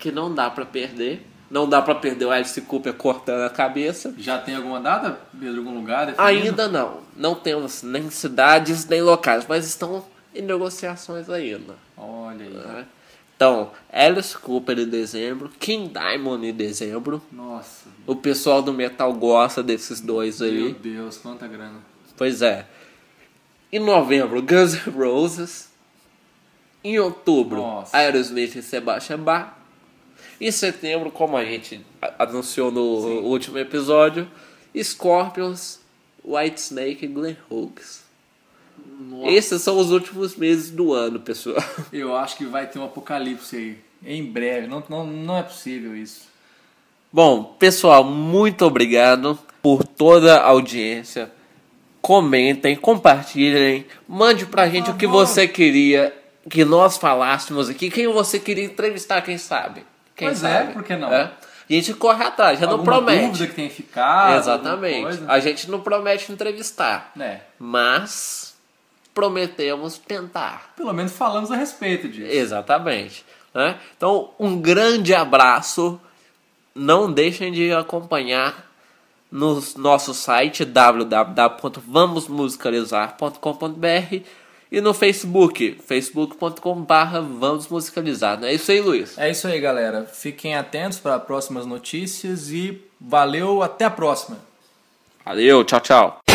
[SPEAKER 1] que não dá pra perder. Não dá pra perder o Alice Cooper cortando a cabeça.
[SPEAKER 2] Já tem alguma data, Pedro, algum lugar definido?
[SPEAKER 1] Ainda não. Não temos nem cidades nem locais, mas estão em negociações ainda.
[SPEAKER 2] Olha aí.
[SPEAKER 1] né? Então, Alice Cooper em dezembro, King Diamond em dezembro.
[SPEAKER 2] Nossa,
[SPEAKER 1] O pessoal do metal gosta desses dois
[SPEAKER 2] meu
[SPEAKER 1] aí.
[SPEAKER 2] Deus, quanta grana.
[SPEAKER 1] Pois é. Em novembro, Guns N' Roses. Em outubro,
[SPEAKER 2] Nossa.
[SPEAKER 1] Aerosmith e Sebastian Bach. Em setembro, como a gente a- anunciou no último episódio, Scorpions, Whitesnake e Glen Hughes.
[SPEAKER 2] Nossa.
[SPEAKER 1] Esses são os últimos meses do ano, pessoal.
[SPEAKER 2] Eu acho que vai ter um apocalipse aí. Em breve. Não, não, não é possível isso.
[SPEAKER 1] Bom, pessoal, muito obrigado por toda a audiência. Comentem, compartilhem, mande pra gente o que
[SPEAKER 2] favor.
[SPEAKER 1] você queria que nós falássemos aqui, quem você queria entrevistar, quem sabe. Quem
[SPEAKER 2] Pois é,
[SPEAKER 1] sabe?
[SPEAKER 2] por que não?
[SPEAKER 1] A gente corre atrás, já não
[SPEAKER 2] Alguma
[SPEAKER 1] promete.
[SPEAKER 2] dúvida que tenha ficado. alguma
[SPEAKER 1] Exatamente.
[SPEAKER 2] coisa?
[SPEAKER 1] A gente não promete entrevistar,
[SPEAKER 2] É.
[SPEAKER 1] mas prometemos tentar.
[SPEAKER 2] Pelo menos falamos a respeito disso.
[SPEAKER 1] Exatamente. né? Então, um grande abraço. Não deixem de acompanhar no nosso site www.vamosmusicalizar.com.br e no Facebook, facebook.com.br vamosmusicalizar. Não é isso aí, Luiz?
[SPEAKER 2] É isso aí, galera. Fiquem atentos para próximas notícias e valeu, até a próxima.
[SPEAKER 1] Valeu, tchau, tchau.